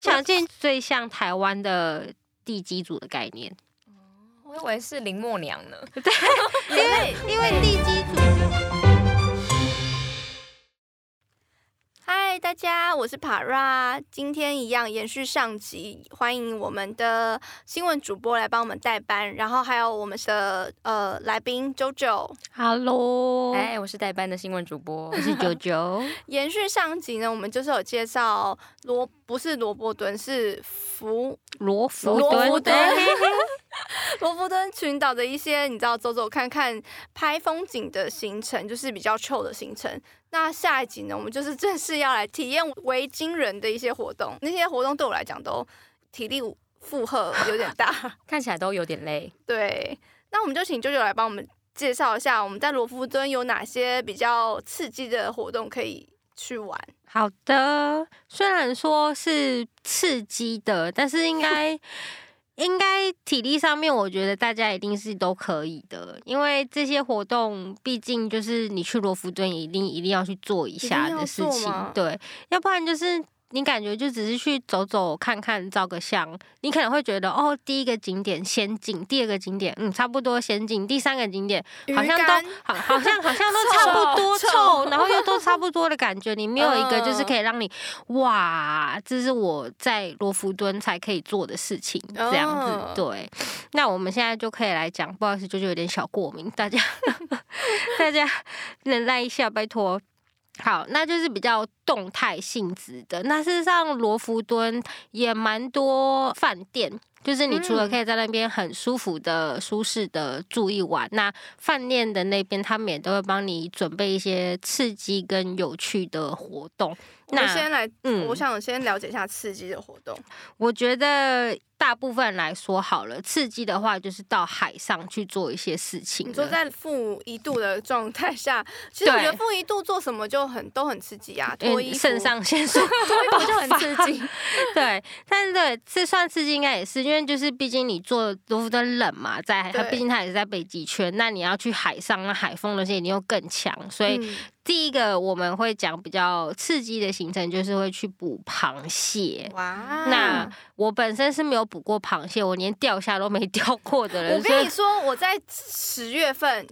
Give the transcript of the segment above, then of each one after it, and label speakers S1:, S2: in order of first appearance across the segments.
S1: 想见最像台湾的地基组的概念，
S2: 我以为是林默娘呢。
S1: 因为因为地基组就
S3: 嗨，大家，我是 Para，今天一样延续上集，欢迎我们的新闻主播来帮我们代班，然后还有我们的呃来宾 JoJo。
S1: Hello，
S2: 哎，我是代班的新闻主播
S1: 我是九 九，
S3: 延续上集呢，我们就是有介绍罗，不是罗伯顿，是福
S1: 罗浮
S3: 罗
S1: 敦
S3: 浮敦 罗伯顿群岛的一些，你知道走走看看、拍风景的行程，就是比较 chill 的行程。那下一集呢，我们就是正式要来体验维京人的一些活动。那些活动对我来讲都体力负荷有点 大，
S2: 看起来都有点累。
S3: 对。那我们就请舅舅来帮我们介绍一下，我们在罗浮敦有哪些比较刺激的活动可以去玩。
S1: 好的，虽然说是刺激的，但是应该应该体力上面，我觉得大家一定是都可以的，因为这些活动毕竟就是你去罗浮敦一定一定要去做一下的事
S3: 一定要做
S1: 情
S3: 吗，
S1: 对，要不然就是。你感觉就只是去走走看看照个相，你可能会觉得哦，第一个景点先进，第二个景点嗯差不多先进，第三个景点好像
S3: 鱼
S1: 都
S3: 竿
S1: 好，好像好像都差不多
S3: 臭嗯
S1: 臭， 然后又都差不多的感觉。你没有一个就是可以让你哇，这是我在罗浮敦才可以做的事情，这样子
S3: 哦。
S1: 对，那我们现在就可以来讲，不好意思，就是有点小过敏，大家 大家忍耐一下，拜托。好，那就是比较动态性质的。那事实上，罗浮敦也蛮多饭店，就是你除了
S3: 嗯
S1: 可以在那边很舒服的、舒适的住一晚，那饭店的那边他们也都会帮你准备一些刺激跟有趣的活动。
S3: 我们
S1: 那
S3: 先来，
S1: 嗯
S3: 我想先了解一下刺激的活动。
S1: 我觉得大部分来说好了，刺激的话就是到海上去做一些事情了。
S3: 你说在负一度的状态下， 其实我
S1: 对
S3: 觉得负一度做什么就很都很刺激啊，脱
S1: 嗯，
S3: 衣服
S1: 肾上腺素
S2: 对，我就很刺激。
S1: 对，但是对这算刺激应该也是，因为就是毕竟你坐罗浮敦冷嘛，在它
S3: 对
S1: 毕竟它也是在北极圈，那你要去海上，那海风那些一定又更强，所以
S3: 嗯
S1: 第一个我们会讲比较刺激的行程，就是会去捕螃蟹。
S3: 哇，哦
S1: 那我本身是没有捕过螃蟹，我连钓虾都没 钓过的人，
S3: 我
S1: 所以
S3: 跟你说，我在十月份。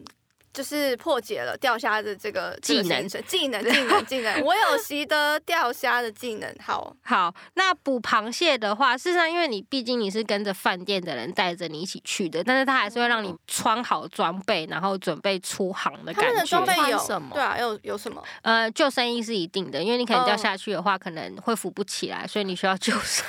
S3: 就是破解了钓虾的这个
S1: 技
S3: 这个
S1: 能
S3: 行程技能、技能、技 能，我有习得钓虾的技能。好，
S1: 好，那捕螃蟹的话，事实上，因为你毕竟你是跟着饭店的人带着你一起去的，但是他还是会让你穿好装备，然后准备出航的
S3: 嗯他
S1: 感
S3: 们的装备
S1: 觉。
S2: 穿
S3: 有
S2: 什么
S3: 对啊，有有什么？
S1: 呃，救生衣是一定的，因为你可能掉
S3: 哦
S1: 下去的话，可能会浮不起来，所以你需要救生。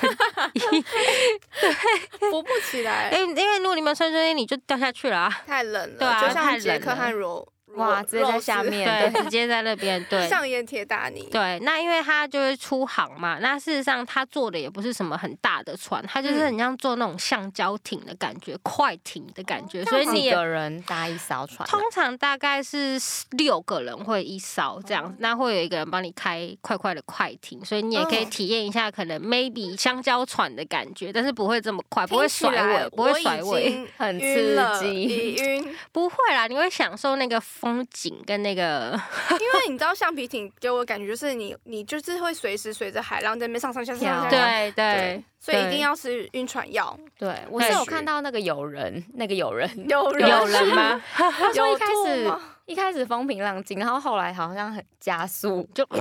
S3: 浮不起来，
S1: 因为因为如果你没有穿救生衣，你就掉下去了、啊。
S3: 太冷
S1: 对
S3: 了，
S1: 啊
S3: 就
S1: 太
S3: 像
S1: 冷
S3: 杰克
S1: 了
S3: 和柔
S2: 哇，直接在下， 面，
S1: 对，
S2: 对，
S1: 直接在那边
S3: 柔
S1: 对。
S3: 上沿铁打你。
S1: 对，那因为他就是出航嘛，那事实上他坐的也不是什么很大的船，他就是
S3: 嗯
S1: 很像坐那种橡胶艇的感觉，快艇的感
S3: 哦
S1: 觉，所以你
S2: 几
S1: 也
S2: 个人搭一艘船啊，
S1: 通常大概是四六个人会一艘这
S3: 哦
S1: 样，那会有一个人帮你开快快的快艇，所以你也可以
S3: 哦
S1: 体验一下可能 maybe 香蕉船的感觉，但是不会这么快，不
S3: 听
S1: 会
S3: 起
S1: 甩
S3: 来
S1: 尾，不
S3: 我
S1: 会
S3: 已
S1: 甩尾，
S3: 经
S2: 很
S3: 晕
S2: 刺
S3: 了，
S2: 激。
S3: 已晕。
S1: 不会啦，你会享受那个风景跟那个，
S3: 因为你知道橡皮艇给我感觉就是你，你就是会随时随着海浪在那边上上下下上 下。
S2: 跳
S1: 对
S3: 对
S1: 对，，
S3: 所以一
S1: 对
S3: 定要吃晕船药。
S2: 对，我是有看到那个友人， 那个友人，
S3: 有
S1: 嗯有人吗？
S2: 他说一
S3: 有
S2: 开
S3: 吐
S2: 始
S3: 吗？
S2: 一开始风平浪静，然后后来好像很加速，
S1: 就嗯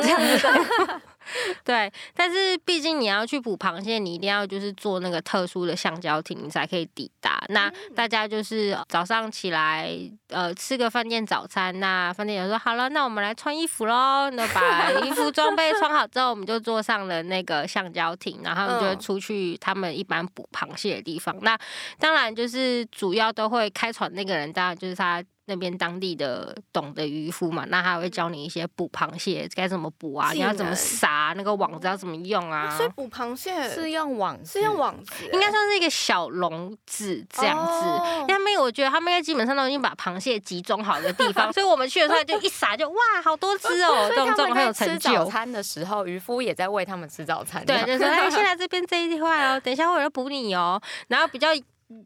S1: 这样子。 对，但是毕竟你要去捕螃蟹，你一定要就是坐那个特殊的橡胶艇，你才可以抵达。那大家就是早上起来，呃，吃个饭店早餐。那饭店员说好了，那我们来穿衣服喽。那把衣服装备穿好之后，我们就坐上了那个橡胶艇，然后我们就会
S3: 嗯
S1: 出去他们一般捕螃蟹的地方。那当然就是主要都会开船那个人，当然就是他那边当地的懂的渔夫嘛，那他会教你一些捕螃蟹该怎么捕啊，
S3: 技
S1: 你要怎么
S3: 能
S1: 撒那个网子要怎么用啊，
S3: 所以捕螃蟹
S2: 是
S3: 是
S2: 用网，
S3: 是用，网子欸，
S1: 应该算是一个小笼子这样子。
S3: 哦
S1: 他们我觉得他们应该基本上都已经把螃蟹集中好的地 方，所以我们去的时候就一撒就哇，好多只哦，这
S2: 所以
S1: 种这
S2: 他
S1: 种
S2: 们
S1: 很有
S2: 在吃
S1: 成
S2: 早
S1: 就。
S2: 餐的时候，渔夫也在喂他们吃早餐。
S1: 对，就说 哎，先来这边这一块哦，等一下会有人补你哦。然后比较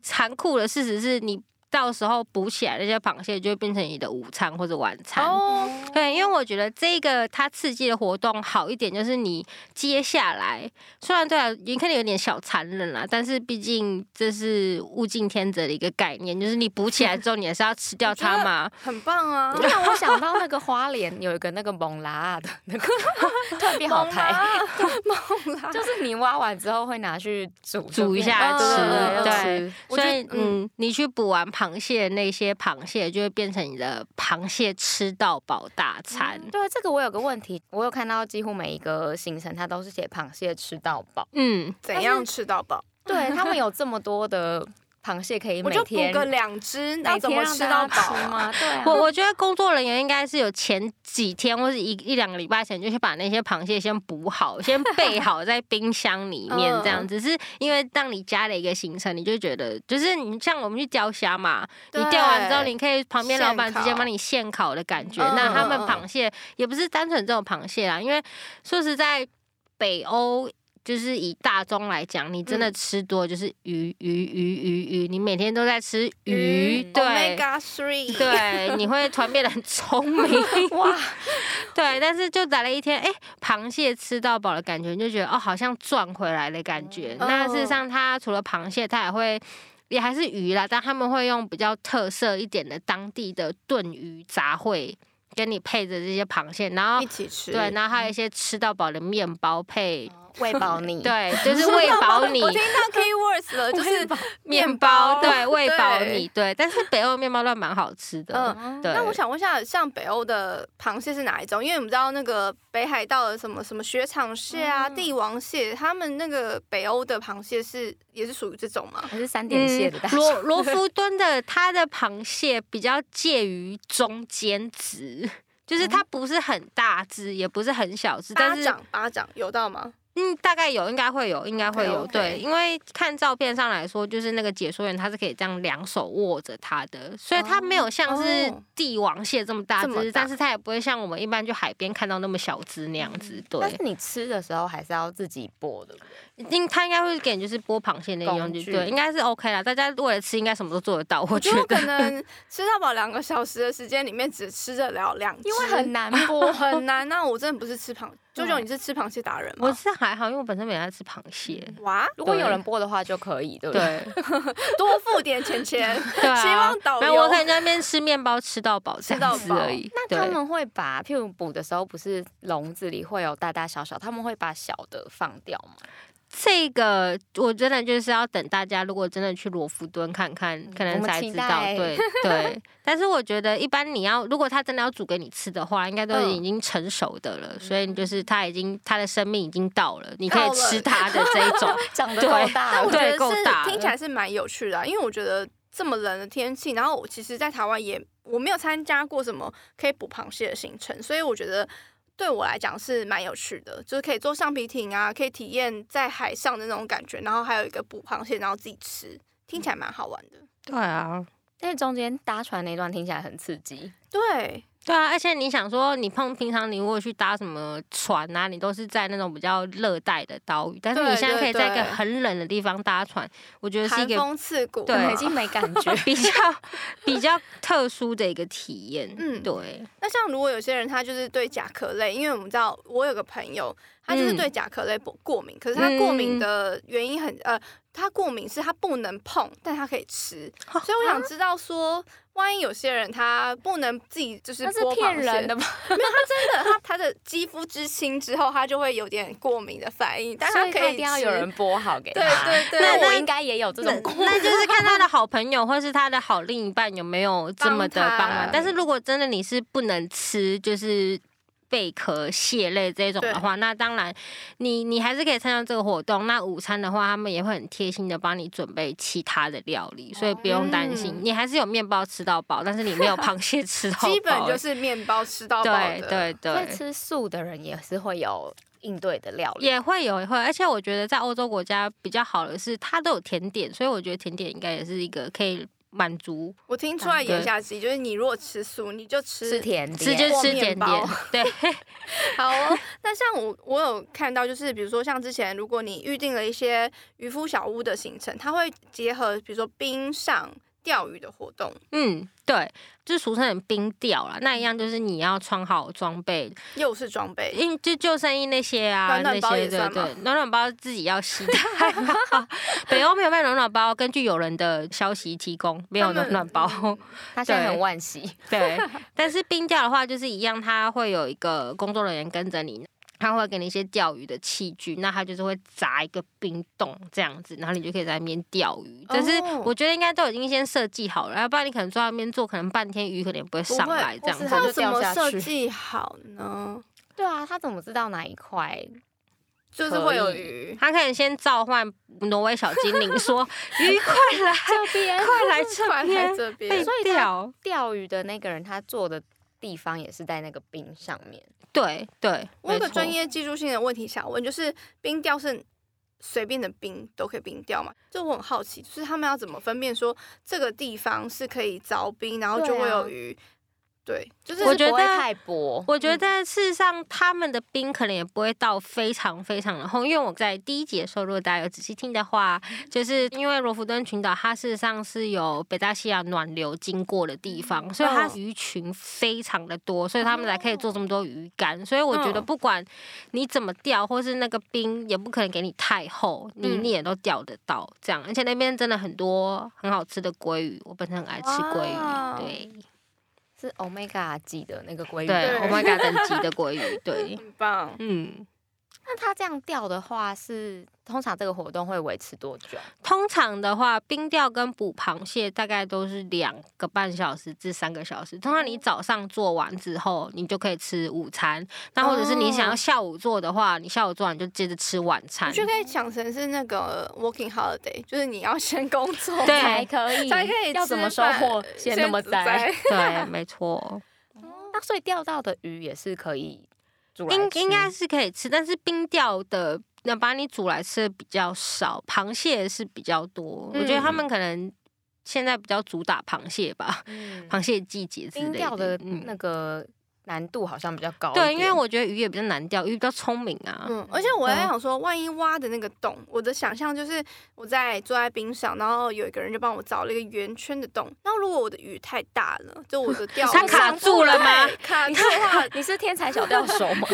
S1: 残酷的事实是你到时候补起来那些螃蟹就会变成你的午餐或者晚餐。
S3: 哦，
S1: 对，因为我觉得这个它刺激的活动好一点，就是你接下来虽然对啊，你看能有点小残忍啦，但是毕竟这是物竞天择的一个概念，就是你补起来之后，你还是要吃掉它嘛。
S3: 很棒啊！
S2: 就 让我想到那个花莲有一个那个蒙拉的那个 特别好拍，
S3: 梦啦，
S2: 就是你挖完之后会拿去煮
S1: 煮一下来
S3: 吃
S2: 对对
S1: 对
S2: 对吃
S3: 我
S1: 所
S3: 觉
S1: 以
S3: 得，
S1: 嗯，你去补完螃蟹，那些螃蟹就会变成你的螃蟹吃到饱大餐。
S2: 对这个我有个问题，我有看到几乎每一个行程它都是写螃蟹吃到饱，
S1: 嗯，
S3: 怎样吃到饱？
S2: 对他们有这么多的螃蟹可以
S3: 我
S2: 每
S3: 就补
S2: 天
S3: 个两只，
S2: 每
S3: 哪怎
S2: 天
S3: 么
S2: 让
S3: 吃
S2: 大
S3: 到
S2: 家
S3: 饱
S2: 吃
S3: 啊？
S2: 吗？对啊，
S1: 我我觉得工作人员应该是有前几天或是一一两个礼拜前就去把那些螃蟹先补好，先 备好在冰箱里面这样
S3: 嗯
S1: 子。只是因为当你加了一个行程，你就觉得就是你像我们去钓虾嘛，你钓完之后，
S3: 对
S1: 你可以旁边老板
S3: 现烤
S1: 直接帮你现烤的感觉。
S3: 嗯
S1: 那他们
S3: 嗯嗯
S1: 螃蟹也不是单纯这种螃蟹啦，因为说实在，北欧。就是以大宗来讲，你真
S3: 嗯
S1: 的吃多就是鱼鱼鱼鱼鱼，你每天都在吃鱼，
S2: 鱼
S1: 对
S3: 嗯 Omega Three，
S1: 对，你会突然变得很聪明哇！ 对，但是就打了一天，哎、螃蟹吃到饱的感觉，你就觉得哦，好像赚回来的感觉。
S3: 嗯
S1: 那事实上，它除了螃蟹，它也会。也还是鱼啦，但他们会用比较特色一点的当地的炖鱼杂烩，跟你配着这些螃蟹，然后
S3: 一起吃。
S1: 对，然后还有一些吃到饱的面包配，
S2: 喂饱你，
S1: 对，就是喂饱你
S3: 我，听到 keywords 了，就是
S1: 面包
S3: 哦面
S1: 对，喂饱
S3: 对
S1: 你，对。但是北欧面包都蛮好吃的，
S3: 嗯
S2: 嗯，
S1: 对。
S3: 那我想问一下，像北欧的螃蟹是哪一种？因为我们知道那个北海道的什么什么雪场蟹啊、
S1: 嗯
S3: 帝王蟹，他们那个北欧的螃蟹是也是属于这种吗？
S2: 还是三
S1: 嗯
S2: 点蟹的大小，
S1: 罗罗浮敦的它的螃蟹比较介于中间值，就是它不是很大只，也不是很小只，
S3: 巴
S1: 但是
S3: 掌巴掌有到吗？
S1: 嗯，大概有，应该会有，应该会有。
S3: OK，OK
S1: 对，因为看照片上来说，就是那个解说员他是可以这样两手握着它的，所以它没有像是
S3: 哦
S1: 帝王蟹这么大
S3: 这么
S1: 只，
S3: 大
S1: 但是它也不会像我们一般去海边看到那么小只那样子。对
S2: 但，是你吃的时候还是要自己剥的，
S1: 应它应该会给你就是剥螃蟹那种，
S2: 工
S1: 就
S2: 具
S1: 对，应该是 OK 啦。大家为了吃，应该什么都做得到，我
S3: 我
S1: 觉
S3: 觉得
S1: 得
S3: 我。可能吃到饱两个小时的时间里面，只吃得了两只，。
S2: 因为很难剥
S3: 很难啊！我真的不是吃螃， 舅舅你是吃螃蟹达人
S1: 我
S3: 吗？
S1: 是还好，因为我本身没爱吃螃蟹。
S2: 嗯
S3: 哇，
S2: 如果有人剥的话就可以，对不对？
S1: 对，
S3: 多付点钱钱，
S1: 对啊
S3: 希望导
S1: 没有，我
S3: 游
S1: 可能在那边吃面包吃到饱这
S3: 哦吃到
S1: 样子
S3: 饱
S1: 而已。
S2: 那
S1: 对
S2: 他们会把，譬如补的时候，不是笼子里会有大大小小，他们会把小的放掉吗？
S1: 这个，我真的就是要等大家，如果真的去罗浮敦看看，可
S2: 嗯我
S1: 能
S2: 们
S1: 才
S2: 期
S1: 知道。
S2: 待
S1: 对对，但是我觉得一般你要，如果他真的要煮给你吃的话，应该都
S3: 嗯
S1: 已经成熟的了，所以你
S2: 嗯
S1: 就是他已经他的生命已经到了，你可以
S3: 到了
S1: 吃他的这一 种。
S2: 长得
S1: 对
S2: 够大
S3: 但我
S2: 了，
S3: 觉
S1: 对
S3: 得
S1: 够
S3: 是
S1: 大
S3: 听起来是蛮有趣的啊、因为我觉得这么冷的天气，然后我其实，在台湾也我没有参加过什么可以捕螃蟹的行程，所以我觉得对我来讲是蛮有趣的，就是可以坐橡皮艇啊，可以体验在海上的那种感觉，然后还有一个捕螃蟹，然后自己吃，听起来蛮好玩的。
S1: 对啊，
S2: 但是中间搭船那段听起来很刺激，
S3: 对，
S1: 对啊，而且你想说，你碰平常你如果去搭什么船啊，你都是在那种比较热带的岛屿，但是你
S3: 对
S1: 现在
S3: 对
S1: 可以在一个
S3: 对
S1: 很冷的地方搭船，我觉得是一
S3: 寒
S1: 个
S3: 风刺骨，
S1: 对
S2: 已经没感
S1: 。
S2: 觉
S1: 比较比较特殊的一个体验。嗯，
S3: 嗯
S1: 对，
S3: 那像如果有些人他就是对甲壳类，因为我们知道我有个朋友，他
S2: 嗯
S3: 就是对甲壳类不过敏，可是他过敏的原因很呃，他过敏是他不能碰，但他可以 吃。所以我想知道说，万一有些人他不能自己就是
S2: 那是
S3: 剥螃
S2: 骗
S3: 蟹
S2: 人的，吧？
S3: 没有他真的他他的肌肤之亲之后，他就会有点过敏的反应，但
S2: 所
S3: 他
S2: 以
S3: 可
S2: 他
S3: 以
S2: 一定要
S3: 吃
S2: 有人剥好给
S3: 对
S2: 他。
S3: 对对，
S2: 那
S1: 那
S2: 我应该也有这
S1: 那
S2: 种过
S1: 那就是看他的好朋友或是他的好另一半有没有这么的
S3: 帮他
S1: 帮忙。但是如果真的你是不能吃，就是。贝壳、蟹类这种的话，那当然你你还是可以参加这个活动。那午餐的话，他们也会很贴心的帮你准备其他的料
S3: 哦
S1: 理，所以不用担心，
S3: 嗯
S1: 你还是有面包吃到饱，但是你没有螃蟹吃到饱。
S3: 基本就是面包吃到饱
S1: 对
S3: 的，
S1: 对对，
S2: 所以吃素的人也是会有应对的料理。
S1: 也会有，也会，而且我觉得在欧洲国家比较好的是，它都有甜点，所以我觉得甜点应该也是一个可以满足，
S3: 我听出来言
S1: 对
S3: 下之意就是，你如果吃素，你就吃
S2: 吃甜点，
S1: 直接
S3: 或
S1: 吃
S3: 面
S1: 甜点
S3: 包，
S1: 对，
S3: 好哦， 那像我我有看到，就是比如说像之前，如果你预定了一些渔夫小屋的行程，它会结合比如说冰上钓鱼的活动，
S1: 嗯，对，就是俗称的冰钓啦。那一样就是你要穿好装备，
S3: 又是装备，
S1: 因为就救生衣那些啊，
S3: 暖暖包
S1: 那些
S3: 也
S1: 对
S3: 算吗
S1: 对，暖暖包自己要携带。 北欧没有卖暖暖包，根据友人的消息提供，没有
S3: 他们
S1: 暖暖包。
S2: 他现在很
S1: 对
S2: 惋惜，
S1: 对，但是冰钓的话就是一样，它会有一个工作人员跟着你。他会给你一些钓鱼的器具，那他就是会砸一个冰洞这样子，然后你就可以在那边钓鱼。但是
S3: 哦
S1: 我觉得应该都已经先设计好了，要不然你可能坐在那边坐，可能半天鱼可能也不会
S2: 不
S1: 上
S2: 会
S1: 来这
S2: 或
S1: 样
S2: 是
S1: 子。
S2: 它
S3: 那
S2: 就
S3: 怎
S2: 掉
S3: 么
S2: 下
S3: 设
S2: 去
S3: 计好呢？
S2: 对啊，他怎么知道哪一 块？
S3: 就是会有
S2: 可以
S3: 鱼，
S1: 他可以先召唤挪威小精灵， 说：“鱼快来，
S2: 这 边
S1: 快来
S3: 快
S1: 这
S3: 来
S1: 边，
S3: 这
S1: 被
S3: 边，
S2: 所以它
S1: 钓。
S2: 钓鱼的那个人，他坐的地方也是在那个冰上面。”
S1: 对对，
S3: 我有个
S1: 没错
S3: 专业技术性的问题想问，就是冰钓是随便的冰都可以冰钓嘛？就我很好奇，就是他们要怎么分辨说这个地方是可以凿冰，然后就会
S1: 啊
S3: 有鱼？对，就
S2: 就是
S1: 我
S2: 是
S1: 觉
S2: 不会
S1: 得
S2: 太薄，
S1: 我
S3: 嗯
S1: 觉得事实上他们的冰可能也不会到非常非常的厚，因为我在第一集的时候，如果大家有仔细听的话，就是因为罗弗敦群岛它事实上是有北大西洋暖流经过的地方，所以它
S3: 嗯
S1: 鱼群非常的多，所以他们才可以做这么多鱼竿。所以我觉得
S3: 嗯
S1: 不管你怎么钓，或是那个冰也不可能给你太厚，你
S3: 嗯
S1: 你也都钓得到这样。而且那边真的很多很好吃的鲑鱼，我本身很爱吃鲑
S3: 哇
S1: 鱼，对
S2: 是 Omega 级的那个鲑鱼。
S1: 对
S3: 对
S1: ，Oh my god 等级的鲑鱼，对。
S3: 很棒。
S1: 嗯，
S2: 那他这样钓的话是，通常这个活动会维持多久？
S1: 通常的话，冰钓跟捕螃蟹大概都是两个半小时至三个小时。通常你早上做完之后，你就可以吃午餐。那或者是你想要
S3: 哦
S1: 下午做的话，你下午做完就接着吃晚
S3: 我
S1: 餐。
S3: 就可以想成是那个 working holiday，就是你要先工作，
S1: 对
S2: 才可以，
S3: 才可以
S2: 要
S3: 吃
S2: 怎么收
S3: 饭
S2: 获？先那么
S3: 自
S2: 栽。
S3: 栽。
S1: 对，没错，
S2: 那所以钓到的鱼也是可以煮来
S1: 应
S2: 吃
S1: 应该是可以吃，但是冰钓的。那把你煮来吃的比较少，螃蟹是比较多。我觉得他们可能现在比较主打螃蟹吧，
S2: 嗯
S1: 螃蟹季节之类
S2: 冰钓的
S1: 嗯
S2: 那个难度好像比较高一点。
S1: 对，因为我觉得鱼也比较难钓，鱼比较聪明啊。
S3: 嗯，而且我在想说，万一挖的那个洞，我的想象就是我在坐在冰上，然后有一个人就帮我凿了一个圆圈的洞。那如果我的鱼太大了，就我的 钓
S1: 它卡住了吗
S3: 对卡住 的话，
S2: 你是天才小钓手 吗？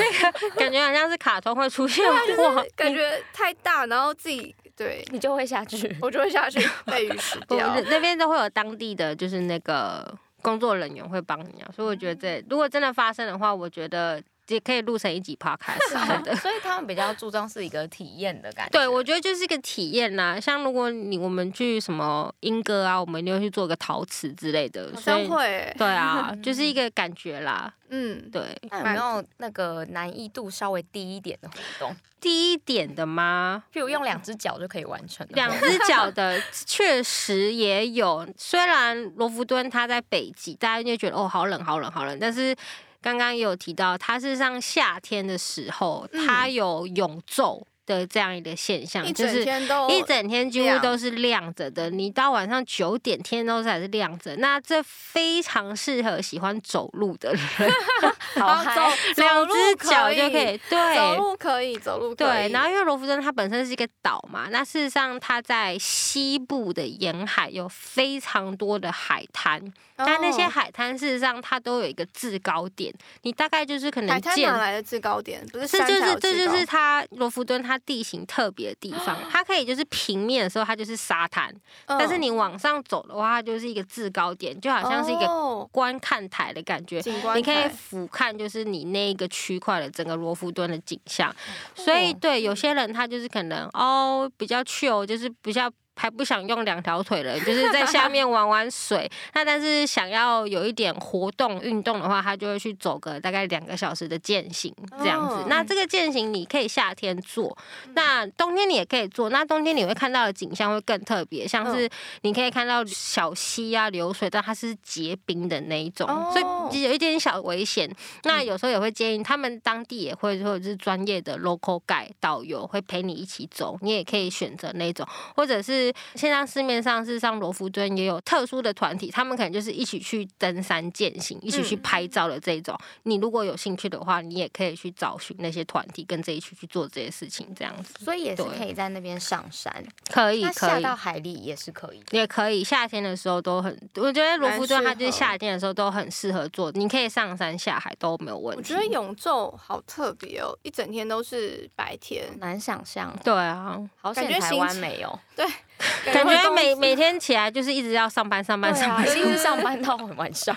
S1: 感觉好像是卡通会出现
S3: 啊
S1: 过。
S3: 感觉太大，然后自己对
S2: 你就会下去。
S3: 我就会下去被鱼吃
S1: 不
S3: 掉
S1: 那。那边都会有当地的，就是那个工作人员会帮你啊，所以我觉得
S3: 嗯
S1: 这如果真的发生的话，我觉得也可以录成一集 podcast，真的。
S2: 所以他们比较注重是一个体验的感觉。
S1: 对，我觉得就是一个体验呐、像如果你我们去什么英歌啊，我们就去做个陶瓷之类的，
S3: 好
S1: 所
S3: 像
S1: 以
S3: 会欸，
S1: 对啊，就是一个感觉啦。
S3: 嗯，
S1: 对，
S2: 那有没有那个难易度稍微低一点的活动？
S1: 第一点的吗？
S2: 譬如用两只脚就可以完成的活
S1: 两
S2: 动？
S1: 只脚的确实也有，虽然罗弗敦它在北极，大家就觉得哦好冷好冷好冷，但是刚刚也有提到，它事实上夏天的时候，
S3: 嗯
S1: 它有永昼的这样一个现象，
S3: 一
S1: 就
S3: 整
S1: 是。
S3: 天都
S1: 一整天几乎
S3: 亮
S1: 都是亮着的，你到晚上九点天都是还是亮着，那这非常适合喜欢走路的人，
S2: 好
S3: 然后走
S2: 嗨！
S1: 两
S3: 走路
S1: 只
S3: 可
S1: 脚就可
S3: 以
S1: 以，对，
S3: 走路可以走路可以，哦
S1: 对，然后因为罗浮镇它本身是一个岛嘛，那事实上它在西部的沿海有非常多的海滩，但那些
S3: 哦
S1: 海滩事实上它都有一个制高点，你大概就是可能
S3: 海滩
S1: 见
S3: 哪。来的制高点？不是
S1: 这
S3: 山
S1: 就
S3: 才
S1: 是
S3: 有
S1: 这
S3: 制
S1: 就
S3: 高哦
S1: 是它罗浮敦它地形特别的地方，它可以就是平面的时候它就是沙滩，但是
S3: 嗯
S1: 你往上走的话，它就是一个制高点，就好像是一个
S3: 哦
S1: 观看台的感觉。
S3: 景观台，
S1: 你可以俯瞰，就是你那一个区块的整个罗浮敦的景象。所以对有些人，他就是可能哦比较 chill，就是比较。还不想用两条腿了，就是在下面玩玩水。那但是想要有一点活动运动的话，他就会去走个大概两个小时的健行这样子。
S3: 哦
S1: 那这个健行你可以夏天做，那冬天你也可以做。那冬天你会看到的景象会更特别，像是你可以看到小溪啊流水，但它是结冰的那一种，
S3: 哦
S1: 所以有一点小危险。
S2: 嗯
S1: 那有时候也会建议他们当地也会或者是专业的 local guide 导游会陪你一起走，你也可以选择那种，或者是就是现在市面上是像罗浮敦也有特殊的团体，他们可能就是一起去登山践行，一起
S2: 嗯
S1: 去拍照的这种。你如果有兴趣的话，你也可以去找寻那些团体跟这一区去做这些事情，这样子
S2: 所以也是
S1: 对
S2: 可以在那边上山，
S1: 可以
S2: 那
S1: 可
S2: 下
S1: 以。
S2: 到海里也是可以的。
S1: 也可以，夏天的时候都很，我觉得罗浮敦它就是
S3: 蛮适合
S1: 夏天的时候都很适合做，你可以上山下海都没有问
S3: 我
S1: 题。
S3: 觉得永昼好特别哦，一整天都是白 天，
S2: 难想象哦，
S1: 对啊，
S2: 好
S3: 感
S2: 险
S3: 觉
S2: 台
S3: 心
S2: 湾
S3: 情
S2: 没有，
S1: 感觉
S3: 都
S1: 每每天起来就是一直要上班上班
S2: 对
S1: 上
S2: 啊，
S1: 班。
S2: 一直上 班到很晚上。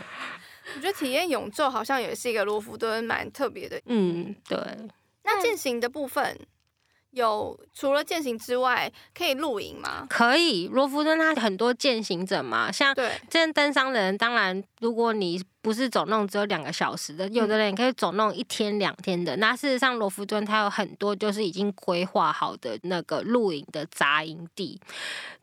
S3: 我觉得体验永昼好像也是一个罗浮敦蛮特别的。
S1: 嗯，对，
S3: 那践行的部分有除了践行之外，可以露营吗？
S1: 可以。罗浮敦它很多践行者嘛，像
S3: 对，
S1: 这些登山的人，当然如果你不是走那种只有两个小时的，
S3: 嗯
S1: 有的人也可以走那种一天两天的。那事实上，罗浮敦它有很多就是已经规划好的那个露营的扎营地，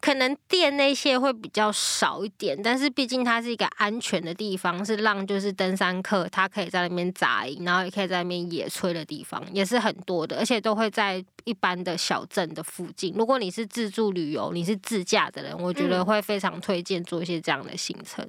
S1: 可能店那些会比较少一点，但是毕竟它是一个安全的地方，是让就是登山客他可以在那边扎营，然后也可以在那边野炊的地方，也是很多的，而且都会在一般的小镇的附近。如果你是自助旅游，你是自驾的人，我觉得
S3: 嗯
S1: 会非常推荐做一些这样的行程。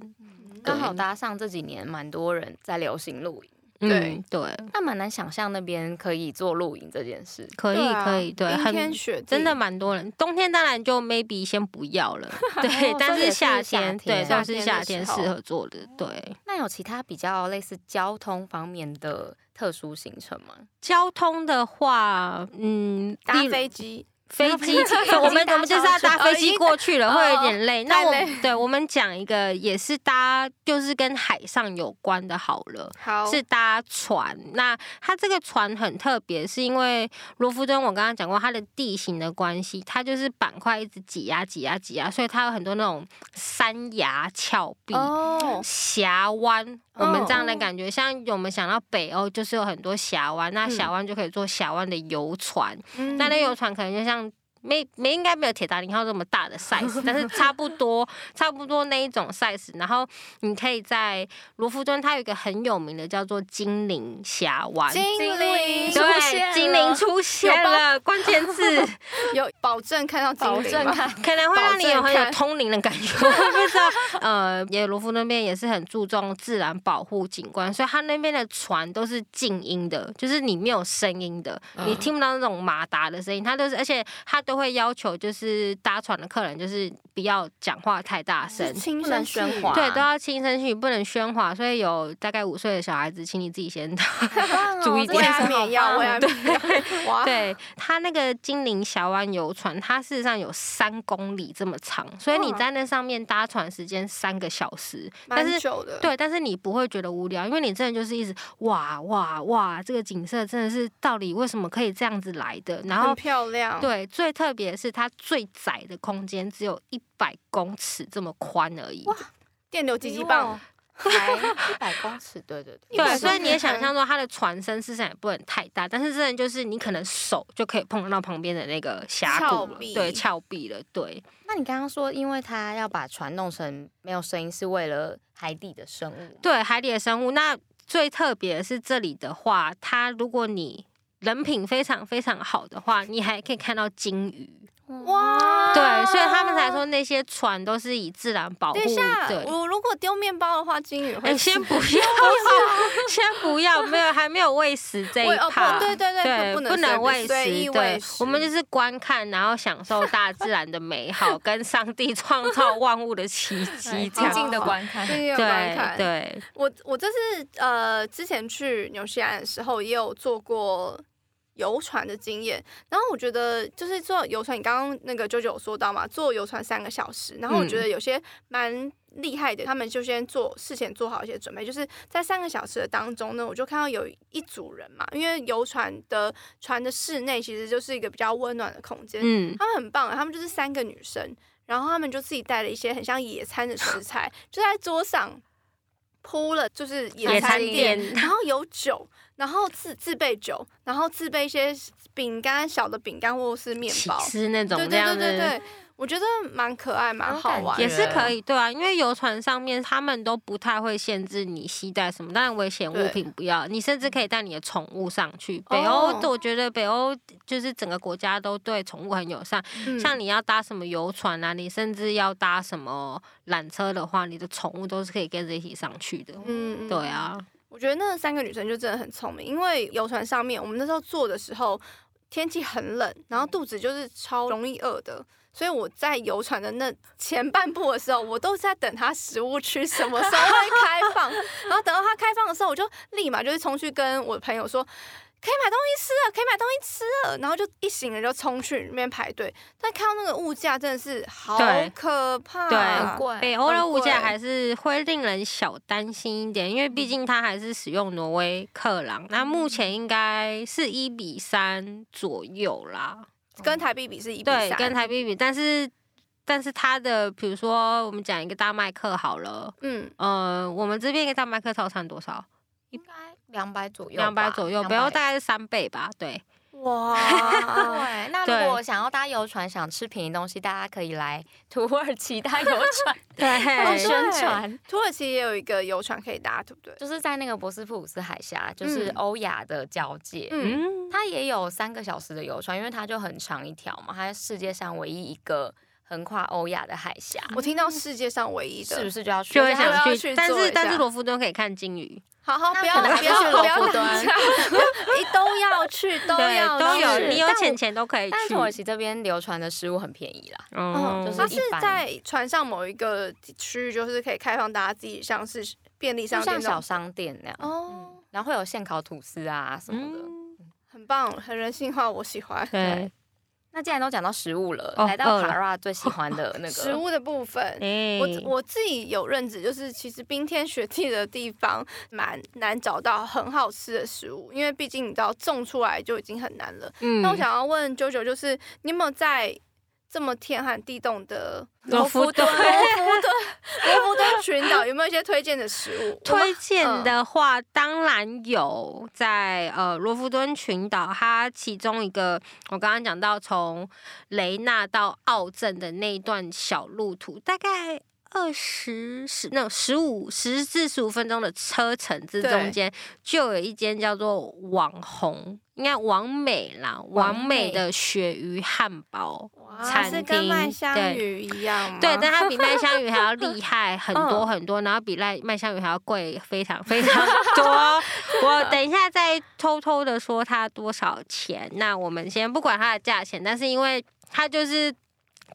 S2: 刚好搭上这几年蛮多人在流行露营，
S1: 嗯
S3: 对，
S1: 对，
S2: 那蛮难想象那边可以做露营这件事。
S1: 可以，
S3: 对啊
S1: 可以，对，
S3: 冰天
S1: 很。
S3: 雪地
S1: 真的蛮多人，冬天当然就 maybe 先不要了，对
S2: 哦，
S1: 但
S2: 这
S1: 是
S2: 也是夏
S1: 夏天，对，
S2: 天
S1: 都是夏
S3: 夏
S1: 天
S3: 天的
S1: 适
S3: 时候
S1: 合做的，对。
S2: 那有其他比较类似交通方面的特殊行程吗？
S1: 交通的话，嗯，
S3: 搭
S1: 例如
S3: 飞机，
S1: 飞机，
S2: 搭
S1: 我们我们就是要搭飞
S3: 已
S1: 机
S3: 经
S1: 过去了，
S3: 哦
S1: 会有点累。那我
S3: 太
S1: 们对我们讲一个也是搭，就是跟海上有关的，好了。
S3: 好，
S1: 是搭船，那它这个船很特别，是因为罗浮敦我刚刚讲过它的地形的关系，它就是板块一直挤压挤压挤压，所以它有很多那种山崖峭壁。
S3: 哦，
S1: 峡湾，我们这样的
S3: 哦
S1: 感觉，像我们想到北欧，就是有很多峡湾，那峡湾就可以坐峡湾的游船，
S3: 嗯
S1: 那那游船可能就像。没没应该没有铁达尼号这么大的 size，但是差不多差不多那一种 size。然后你可以在罗浮敦，它有一个很有名的叫做精灵峡湾，
S3: 精灵
S2: 出现
S1: 对，
S2: 了
S1: 精灵出现了，关键字
S3: 有保证看到
S2: 保
S3: 精灵
S2: 证
S3: 吗？
S2: 看
S1: 可能会让你有很
S3: 保证
S1: 有
S3: 看
S1: 通灵的感 觉，我也不知道。呃，也罗浮那边也是很注重自然保护景观，所以它那边的船都是静音的，就是你没有声音的，
S3: 嗯
S1: 你听不到那种马达的声音。它都是，而且它都会要求就是搭船的客人就是不要讲话太大声
S3: 是。轻啊
S2: 不能
S3: 声
S2: 喧
S3: 细语
S2: 哗
S1: 对，都要轻声细语，不能喧哗。所以有大概五岁的小孩子，请你自己先到。 注意
S3: 喂
S1: 点
S3: 安眠药，喂安眠药， 哇，
S1: 对，它那个精灵峡湾游船，它事实上有三公里这么长，所以你
S3: 哇
S1: 在那上面搭船时间三个小时，但
S3: 蛮
S1: 是。
S3: 久的，，
S1: 对，但是你不会觉得无聊，因为你真的就是一直哇哇哇，这个景色真的是到底为什么可以这样子来的？然后
S3: 很漂亮，，
S1: 对，最特别的是它最窄的空间只有一百公尺这么宽而已。
S3: 电流
S2: 几
S3: 击击棒，，
S2: 才一百公尺，对对对，
S1: 对，
S3: 100
S1: 所以
S3: 公
S1: 你也
S3: 尺
S1: 想象说它的船身事实上也不能太大，但是真的就是你可能手就可以碰到旁边的那个峡
S3: 峭
S1: 谷了，
S3: 壁
S1: 对，峭壁了，对，
S2: 那你刚刚说，因为他要把船弄成没有声音，是为了海底的生物。
S1: 对，海底的生物。那最特别的是这里的话，它如果你人品非常非常好的话，你还可以看到鲸鱼。
S3: 哇，
S1: 对，所以他们才说那些船都是以自然保护
S3: 啊等一下，
S1: 对。
S3: 我如果丢面包的话，金鱼
S1: 哎、
S3: 会吃
S1: 先不要， 先不要，没有，还没有喂食这
S3: 哦喂
S1: 一
S3: 哦不
S1: 趴。
S3: 对对对
S1: 对，
S3: 不能
S1: 不能
S3: 随
S1: 喂食，
S3: 随意
S1: 对
S3: 喂，食
S1: 我们就是观看，然后享受大自然的美好，跟上帝创 造万物的奇
S3: 哎
S1: 迹，这
S2: 静
S1: 样
S2: 静的
S1: 子
S2: 观看。
S3: 对
S1: 对
S3: 对对，
S1: 对，
S3: 我我这次呃之前去纽西兰的时候也有做过游船的经验，然后我觉得就是坐游船，你刚刚那个舅舅有说到嘛，坐游船三个小时，然后我
S1: 嗯
S3: 觉得有些蛮厉害的，他们就先做事前做好一些准备，就是在三个小时的当中呢，我就看到有一组人嘛，因为游船的船的室内其实就是一个比较温暖的空间，
S1: 嗯，
S3: 他们很棒，他们就是三个女生，然后他们就自己带了一些很像野餐的 食材，就在桌上铺了就是野
S1: 野
S3: 餐
S1: 餐
S3: 垫，
S1: 垫
S3: 然后有酒，然后自自备酒，然后自备一些饼干、小的饼干或是面
S1: 起
S3: 包，
S1: 司那种
S3: 对
S1: 这
S3: 对
S1: 样
S3: 对
S1: 子，
S3: 对对，我觉得蛮可爱、蛮
S2: 有
S3: 好
S2: 感
S3: 玩
S2: 觉
S1: 也
S3: 的，
S1: 是可以，对啊，因为游船上面他们都不太会限制你携带什么，当然危险物
S3: 对嗯
S1: 品不要，你甚至可以带你的宠物上去。北欧
S3: 哦，
S1: 我觉得北欧就是整个国家都对宠物很友善，
S3: 嗯
S1: 像你要搭什么游船啊，你甚至要搭什么缆车的话，你的宠物都是可以跟着一起上去的。
S3: 嗯
S1: 对。啊，
S3: 我觉得那三个女生就真的很聪明，因为游船上面，我们那时候坐的时候天气很冷，然后
S1: 嗯
S3: 肚子就是超容易饿的，所以我在游船的那前半部的时候，我都是在等它食物区什么时候会开 放，然后等到它开放的时候，我就立马就是冲去跟我的朋友说。可以买东西吃了，可以买东西吃了，然后就一行人就冲去那边排队，但看到那个物价真的是好
S1: 对
S3: 可怕，啊
S1: 对
S2: 很贵，
S1: 北欧的
S3: 很
S1: 物
S3: 贵嗯
S1: 价还是会令人小担心一点，因为毕竟它还是使用挪威克朗，那目前应该是一比三左右啦，
S3: 跟台币比是一
S1: 嗯
S3: 比
S1: 对，
S3: 三
S1: 跟台币比，但是但是它的，比如说我们讲一个大麦克好了，
S3: 嗯，
S1: 呃，我们这边一个大麦克套餐多少？
S2: 应该两百左右吧，
S1: 两百左右，
S2: 200
S1: 北欧大概是三倍吧，对，
S3: 哇，
S2: 对，那
S1: 对
S2: 如果想要搭游船，想吃便宜东西，大家可以来 土耳其搭游船做
S1: 对
S3: 哦对
S2: 宣传，
S3: 土耳其也有一个游船可以搭，对不对？
S2: 就是在那个博斯普鲁斯海峡，就是
S3: 嗯
S2: 欧亚的交界。
S3: 嗯，
S1: 嗯，
S2: 它也有三个小时的游船，因为它就很长一条嘛，它是世界上唯一一个横跨欧亚的海峡，
S3: 我听到世界上唯一的，
S2: 是不是就要去？
S1: 就会
S3: 大家
S1: 想
S3: 都要
S1: 去，
S3: 去
S1: 但
S3: 做
S1: 是
S3: 一
S1: 但是
S3: 下
S1: 罗浮敦可以看鲸鱼，
S3: 好好，
S2: 那
S3: 不要
S2: 可能
S3: 别
S2: 要去
S3: 不要
S2: 罗
S3: 冷
S2: 浮敦
S3: 战，你都要去，都
S1: 对，
S3: 要
S1: 都有，
S2: 是
S1: 你有
S2: 但
S1: 钱
S2: 我
S1: 钱都可以
S2: 但是
S1: 去
S2: 土，耳其这边流传的食物很便宜啦，
S1: 嗯
S3: 嗯，
S2: 就
S3: 它
S2: 是
S3: 是
S2: 一般
S3: 在船上某一个区域，就是可以开放大家自己像是便利商
S2: 就
S3: 店
S2: 像
S3: 那
S2: 小嗯
S3: 种。
S2: 商店那样。
S3: 哦，
S2: 然后会有现烤吐司啊什么的。
S1: 嗯，
S3: 很棒，很人性化，我喜欢。
S1: 对，
S2: 那既然都讲到食物了，
S1: 哦
S2: 来
S1: 饿
S2: 到
S1: 了
S2: Kara 最喜欢 的那个
S3: 食，物的部分，
S1: 哎，
S3: 我我自己有认知，就是其实冰天雪地的地方蛮难找到很好吃的食物，因为毕竟你知道种出来就已经很难了。
S1: 嗯
S3: 那我想要问 JoJo，就是你有没有在这么天寒地冻的
S1: 罗浮敦
S3: 罗浮敦、罗浮敦群岛有没有一些推荐的食物？
S1: 推荐的话，当然有在呃罗浮敦群岛，它其中一个我刚刚讲到从雷纳到奥镇的那一段小路途，大概。二十十那十五十至十五分钟的车程之中
S3: 对
S1: 间，就有一间叫做网红，应该王美啦，王美
S2: 美
S1: 的鳕鱼汉堡。
S3: 哇
S1: 餐
S3: 是跟
S1: 厅
S3: 麦香
S1: 对
S3: 鱼一样吗？
S1: 对，但它比麦香鱼还 要厉害很多
S3: 嗯
S1: 很多，然后比麦麦香鱼还要贵非常非 常多。我等一下再偷偷的说它多少钱。那我们先不管它的价钱，但是因为它就是。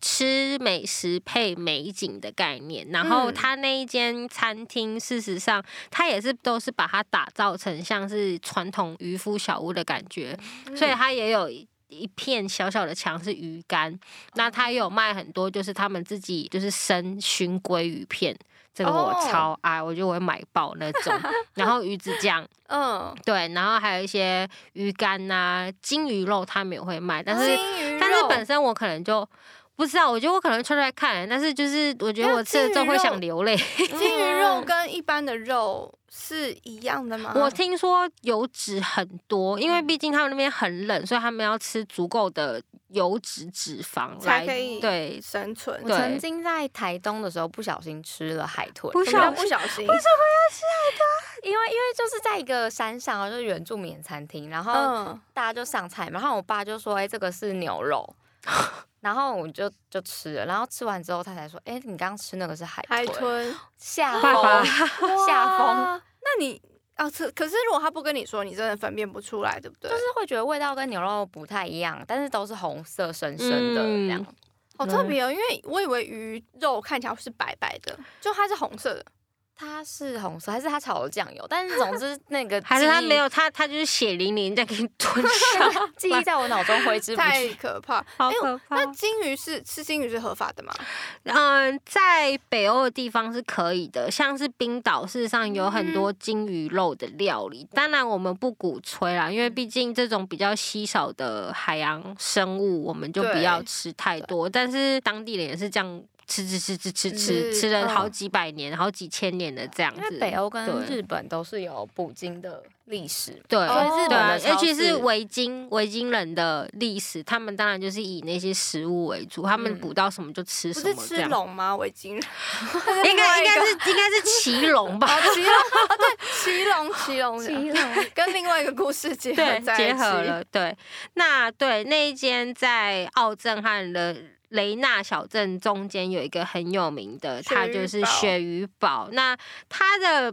S1: 吃美食配美景的概念，然后
S3: 嗯
S1: 它那一间餐厅，事实上它也是都是把它打造成像是传统渔夫小屋的感觉，所以
S3: 嗯
S1: 它也有一一片小小的墙是鱼干，那它也有卖很多，就是他们自己就是生熏鲑鱼片。这个我
S3: 哦
S1: 超爱我觉得我会买爆那种。 然后鱼子酱，
S3: 嗯，
S1: 对，然后还有一些鱼干呐、金鱼肉他们也会卖，但是
S3: 金鱼肉，
S1: 但是本身我可能就不知道，我觉得我可能会出来看，但是就是我觉
S3: 没
S1: 得
S3: 有
S1: 我吃了之后
S3: 金鱼
S1: 会想
S3: 肉
S1: 流 泪。
S3: 金鱼肉跟一般的肉是一样的吗？
S1: 嗯我听说油脂很多，因为
S3: 嗯
S1: 毕竟他们那边很冷，所以他们要吃足够的油脂脂肪来
S3: 才可以
S1: 对。
S3: 生存，
S2: 我
S1: 对
S2: 曾经在台东的时候不小心吃了海豚，
S1: 不
S3: 什
S1: 小
S3: 么叫
S1: 心
S3: 不小心，
S2: 因为因为就是在一个山上哦，就是原住民餐厅，然后
S3: 嗯，
S2: 大家就上菜嘛，然后我爸就说：“哎、这个是牛肉。”然后我就就吃了，然后吃完之后他才说：“哎、你刚刚吃那个是海
S3: 海
S2: 豚。
S3: 豚
S2: 下
S1: 爸爸
S2: 风，下风。
S3: 哇那你啊，可可是如果他不跟你说，你真的分辨不出来，对不对？
S2: 就是会觉得味道跟牛肉不太一样，但是都是红色深深的
S1: 嗯
S2: 这样。
S3: 好特别哦，因为我以为鱼肉看起来是白白的，就它是红色的。
S2: 它是红色，还是它炒了酱油？但是总之那 个
S1: 还是他
S2: 记忆
S1: 没有他，他就是血淋淋在给你吞 下，
S2: 记忆在我脑中挥之不
S3: 太
S2: 去。
S3: 可怕！
S1: 好
S3: 哎
S1: 可怕
S3: 那。金鱼是吃金鱼是合法的吗？
S1: 嗯，在北欧的地方是可以的，像是冰岛，事实上有很多金鱼肉的料理。当然，我们不鼓吹啦，因为毕竟这种比较稀少的海洋生物，我们就不
S3: 对
S1: 要吃太多。但是当地人也是这样吃吃吃吃吃吃，
S3: 嗯
S1: 吃了
S2: 嗯
S1: 好几百年、好几千年的这样
S2: 因为
S1: 子。
S2: 北欧跟
S1: 对
S2: 日本都是有捕鲸的历史，
S1: 对，
S2: 所以
S3: 哦
S2: 日本
S1: 对啊
S2: 的，超
S1: 尤其是
S2: 市
S1: 维京维京人的历史，他们当然就是以那些食物为主，他们
S2: 嗯
S1: 捕到什么就吃什
S3: 不是
S1: 么这
S3: 吃
S1: 样。
S3: 龙吗？维 京人，
S1: 应 该应
S3: 另
S1: 该
S3: 外
S1: 是应该是骑龙 吧？
S3: 哦，骑龙，哦对，骑龙，骑 龙，
S2: 七龙
S3: 跟另外一个故事结 合
S1: 对，
S3: 在一
S1: 结
S3: 起
S1: 合。了对。那对那一间在奥震撼的雷纳小镇中间有一个很有名的，
S3: 鳕
S1: 它
S3: 鱼
S1: 就是
S3: 堡
S1: 鳕鱼堡。那它的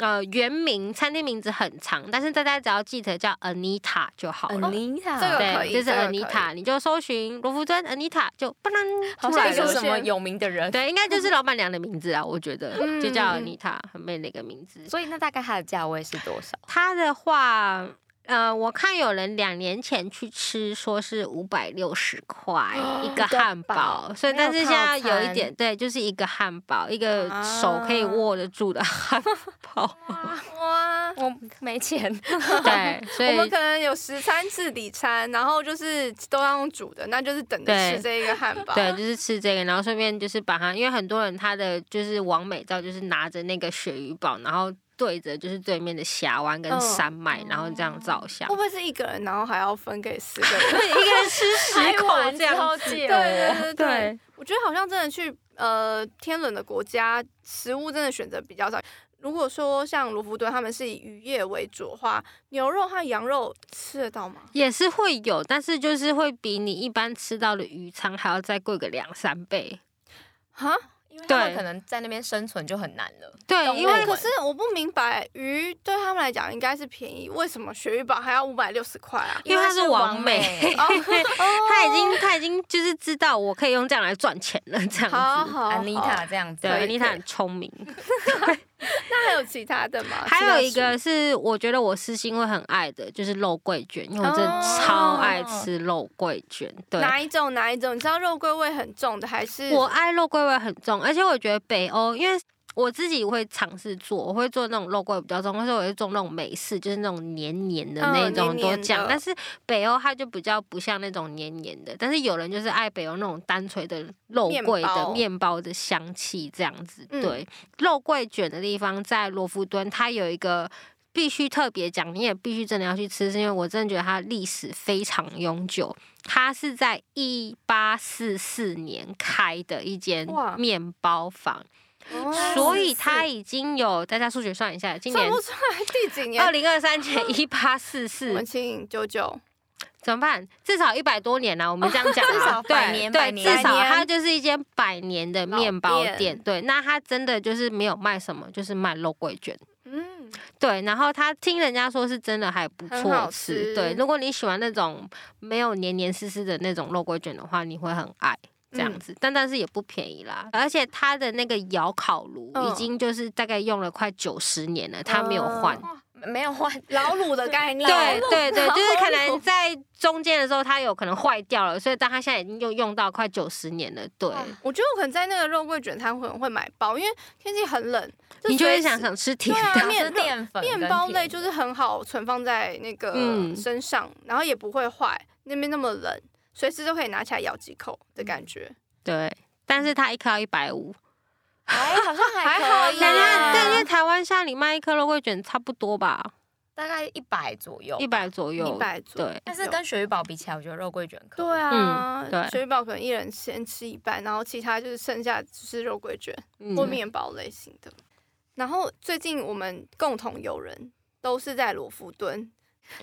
S1: 呃原名餐厅名字很长，但是大家只要记得叫 Anita 就好
S2: 哦
S1: 了。
S2: ，Anita，
S3: 这个可
S1: 对，
S3: 以
S1: 就是
S3: 这个可
S1: Anita，你就搜寻罗浮尊 Anita 就不能
S2: 好
S1: 出来
S2: 像
S1: 了
S2: 有
S3: 出
S2: 什
S3: 现
S2: 么有名的人，
S1: 对，应该就是老板娘的名字啊，我觉得就叫
S3: 嗯嗯嗯
S1: Anita，很美的一个名字。
S2: 所以那大概它的价位是多少？
S1: 它的话，呃，我看有人两年前去吃，说是五百六十块
S3: 哦
S1: 一个汉堡，所以
S2: 没有
S1: 但是现在
S2: 套
S1: 有一
S2: 餐
S1: 点对，就是一个汉堡，一个手可以
S3: 啊
S1: 握得 住的汉堡，
S3: 哇，
S2: 我没钱，
S1: 对，所
S3: 我们
S1: 以
S3: 可。能有十餐是里餐，然后就是都要用煮的，那就是等着
S1: 对
S3: 吃这一个汉堡。
S1: 对，就是吃这个，然后顺便就是把它，因为很多人他的就是完美照，就是拿着那个鳕鱼堡，然后对着就是对面的峡湾跟
S3: 嗯
S1: 山脉，然后这样照相
S3: 会不。会是一个人，然后还要分给四个人？
S1: 对，一个人吃 十
S2: 拍
S1: 口
S2: 完
S1: 这
S2: 之
S1: 样，
S2: 后借
S3: 对
S2: 我。
S3: 对对对，
S1: 对，
S3: 我觉得好像真的去呃天冷的国家，食物真的选择比较少。如果说像卢浮敦他们是以渔业为主的话，牛肉和羊肉吃得到吗？
S1: 也是会有，但是就是会比你一般吃到的鱼餐还要再贵个两三倍。
S3: 哈，
S2: 因为他们
S1: 对
S2: 可能在那边生存就很难了。
S1: 对，
S2: 动
S1: 因
S2: 物
S1: 为
S2: 欸
S3: 可是我不明白，鱼对他们来讲应该是便宜，为什么鳕鱼堡还要五百六十块啊？
S1: 因为它是王美
S2: 美，
S3: 哦，
S1: 他已经他已经就是知道我可以用这样来赚钱了，这样子。
S3: 好好
S2: 安妮塔
S3: 好
S2: 这样子
S1: 对，
S3: 可以
S1: 安妮塔
S3: 可以
S1: 很聪明。
S3: 那还有其他的吗？
S1: 还有一
S3: 其他
S1: 个
S3: 食
S1: 是我觉得我私心会很爱的，就是肉桂卷，因为我真的
S3: 哦
S1: 超爱吃肉桂卷。
S3: 物
S1: 对，
S3: 哪一种哪一种？你知道肉桂味很重的还是
S1: 我爱肉桂味很重，而且我觉得北欧，因为我自己会尝试做，我会做那种肉桂比较重，或者我会做那种美式，就是那种黏黏的
S3: 嗯
S1: 那种
S3: 黏
S1: 多
S3: 黏
S1: 酱。
S3: 的
S1: 但是北欧它就比较不像那种黏黏的，但是有人就是爱北欧那种单纯的肉
S3: 面
S1: 桂的
S3: 包
S1: 面包的香气这样子。
S3: 嗯
S1: 对，肉桂卷的地方在罗浮敦，它有一个。必须特别讲，你也必须真的要去吃，是因为我真的觉得它历史非常悠久。它是在一八四四年开的一间
S3: 哇
S1: 面包房，
S3: 哦
S1: 所以它已经有大家数学算一下，今
S3: 算
S1: 年
S3: 不出来第几
S1: 二
S3: 年。
S1: 零二三年一八四
S3: 我
S1: 四
S3: 们请九九，
S1: 怎么办？至少一百多年了，我 们这样讲啊，
S2: 至少
S1: 对
S2: 百年
S1: 对，
S2: 百年
S1: 至少
S3: 百年
S1: 它就是一间百年的面包
S3: 老店
S1: 店。对，那它真的就是没有卖什么，就是卖肉桂卷。
S3: 嗯，
S1: 对，然后他听人家说是真的还不
S3: 很
S1: 错
S3: 好
S1: 吃。
S3: 吃
S1: 对，如果你喜欢那种没有黏黏湿湿的那种肉桂卷的话，你会很爱。这样
S3: 嗯
S1: 子，但但是也不便宜啦，而且它的那个窑烤炉已
S3: 嗯
S1: 经就是大概用了快九十年了，它没有换。
S3: 哦
S2: 没有换，
S3: 老卤的概念，
S1: 对对对，就是可能在中间的时候它有可能坏掉了，所以但它现在已经用用到快九十年了。对，
S3: 我觉得我可能在那个肉桂卷摊可能会买包，因为天气很冷，
S1: 你就
S3: 随
S1: 会
S3: 时
S1: 想想吃甜
S3: 对啊
S1: 的。
S2: 它是淀粉跟
S3: 面包类
S2: 甜
S3: 就是很好存放在那个
S1: 嗯
S3: 身上，然后也不会坏，那边那么冷，随时都可以拿起来咬几口
S1: 嗯
S3: 的感觉。
S1: 对，但是它一颗要一百五。
S2: 哎，好像
S3: 还
S2: 还
S3: 好
S2: 可以啊
S1: 但
S3: 啦
S1: 是但
S2: 耶，
S1: 是台湾像你卖一颗肉桂卷差不多吧？
S2: 大概一百左右
S1: 一。百左右，
S3: 一百左右
S1: 对
S2: 但是跟鳕鱼堡比起来，我觉得肉桂卷可以
S3: 对啊
S1: 嗯，对
S3: 水宝可能一人先吃一半，然后其他就是剩下就是肉桂卷
S1: 嗯
S3: 或面包类型的。然后最近我们共同友人都是在罗浮敦，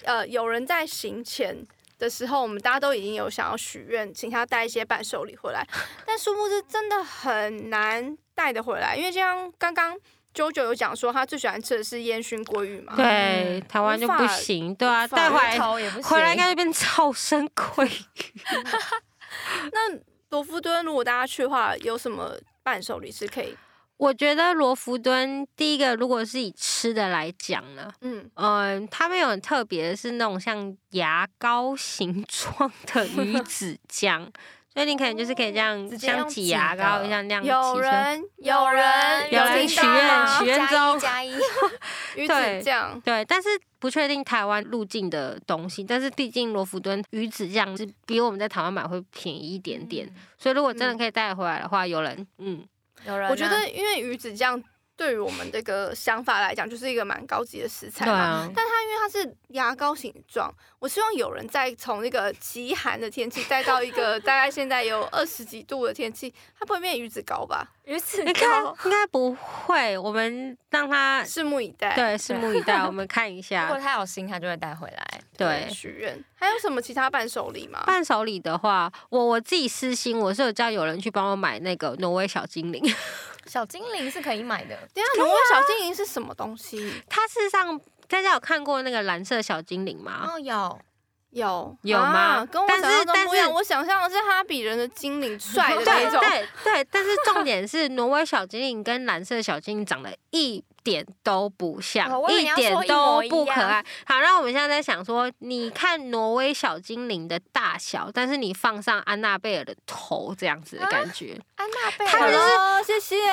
S3: 呃，有人在行前的时候，我们大家都已经有想要许愿，请他带一些伴手礼回 来，但殊不知真的很难带得回来，因为就像刚刚九九有讲说，他最喜欢吃的是烟熏鲑鱼嘛，
S1: 对
S2: 嗯
S1: 台湾就不行，对啊，
S3: 无法
S1: 带回
S2: 鱼
S1: 来
S2: 头也不行，
S1: 回来应该就变超生 贵。
S3: 那罗浮敦如果大家去的话，有什么伴手礼是可以？
S1: 我觉得罗浮敦第一个，如果是以吃的来讲呢，
S3: 嗯，
S1: 嗯，他们有很 特别的是那种像牙膏形状的鱼子酱。所以你可能就是可以这样
S2: 直接用
S1: 像挤牙
S2: 挤的
S1: 膏一样那样
S3: 有
S1: 挤出来。
S3: 人有人
S1: 有人
S3: 听
S1: 许
S3: 到
S1: 愿
S3: 吗
S1: 许愿中
S2: 加一加一，
S3: 鱼
S1: 对
S3: 子酱。
S1: 对，但是不确定台湾入境的东西，但是毕竟罗浮敦鱼子酱是比我们在台湾买会便宜一点点，所以如果真的可以带回来的话，有人嗯
S2: 嗯有人啊，
S3: 我觉得，因为鱼子酱对于我们这个想法来讲，就是一个蛮高级的食材
S1: 对
S3: 嘛。
S1: 啊
S3: 但它因为它是牙膏形状，我希望有人再从那个极寒的天气带到一个大概现在有二十几度的天气，它不会变鱼子糕吧？
S2: 鱼子
S1: 应该
S2: 糕，
S1: 应该不会，我们让他
S3: 拭目以待。，
S1: 对拭目以待，我们 看一
S2: 如果
S1: 下。
S2: 他有心，他就会带回来。
S1: 对，
S3: 许愿。还有什么其他伴手礼吗？
S1: 伴手礼的话，我我自己私心，我是有叫有人去帮我买那个挪威小精灵，
S2: 小精灵是可以买的，
S3: 等一下，挪威
S1: 啊
S3: 小精灵是什么东西？
S1: 它事实上大家有看过那个蓝色小精灵吗？
S2: 哦，有
S3: 有
S1: 有吗
S3: 啊跟我
S1: 但
S3: 想
S1: 是
S3: 象中不
S1: 但
S3: 一样，
S1: 是
S3: 我想象的是哈比人的精 灵，帅的
S1: 对
S3: 那种。
S1: 对对，但是重点是挪威小精灵跟蓝色小精灵长得一点都不像，
S2: 哦我以为你要说
S1: 点
S2: 一模
S1: 都
S2: 一
S1: 不可
S2: 样
S1: 爱。好，那我们现在在想说，你看挪威小精灵的大小，但是你放上安娜贝尔的头这样子
S2: 啊
S1: 的感觉，
S2: 安娜贝
S1: 它
S2: 尔，
S1: 就是
S3: 好咯 谢谢，结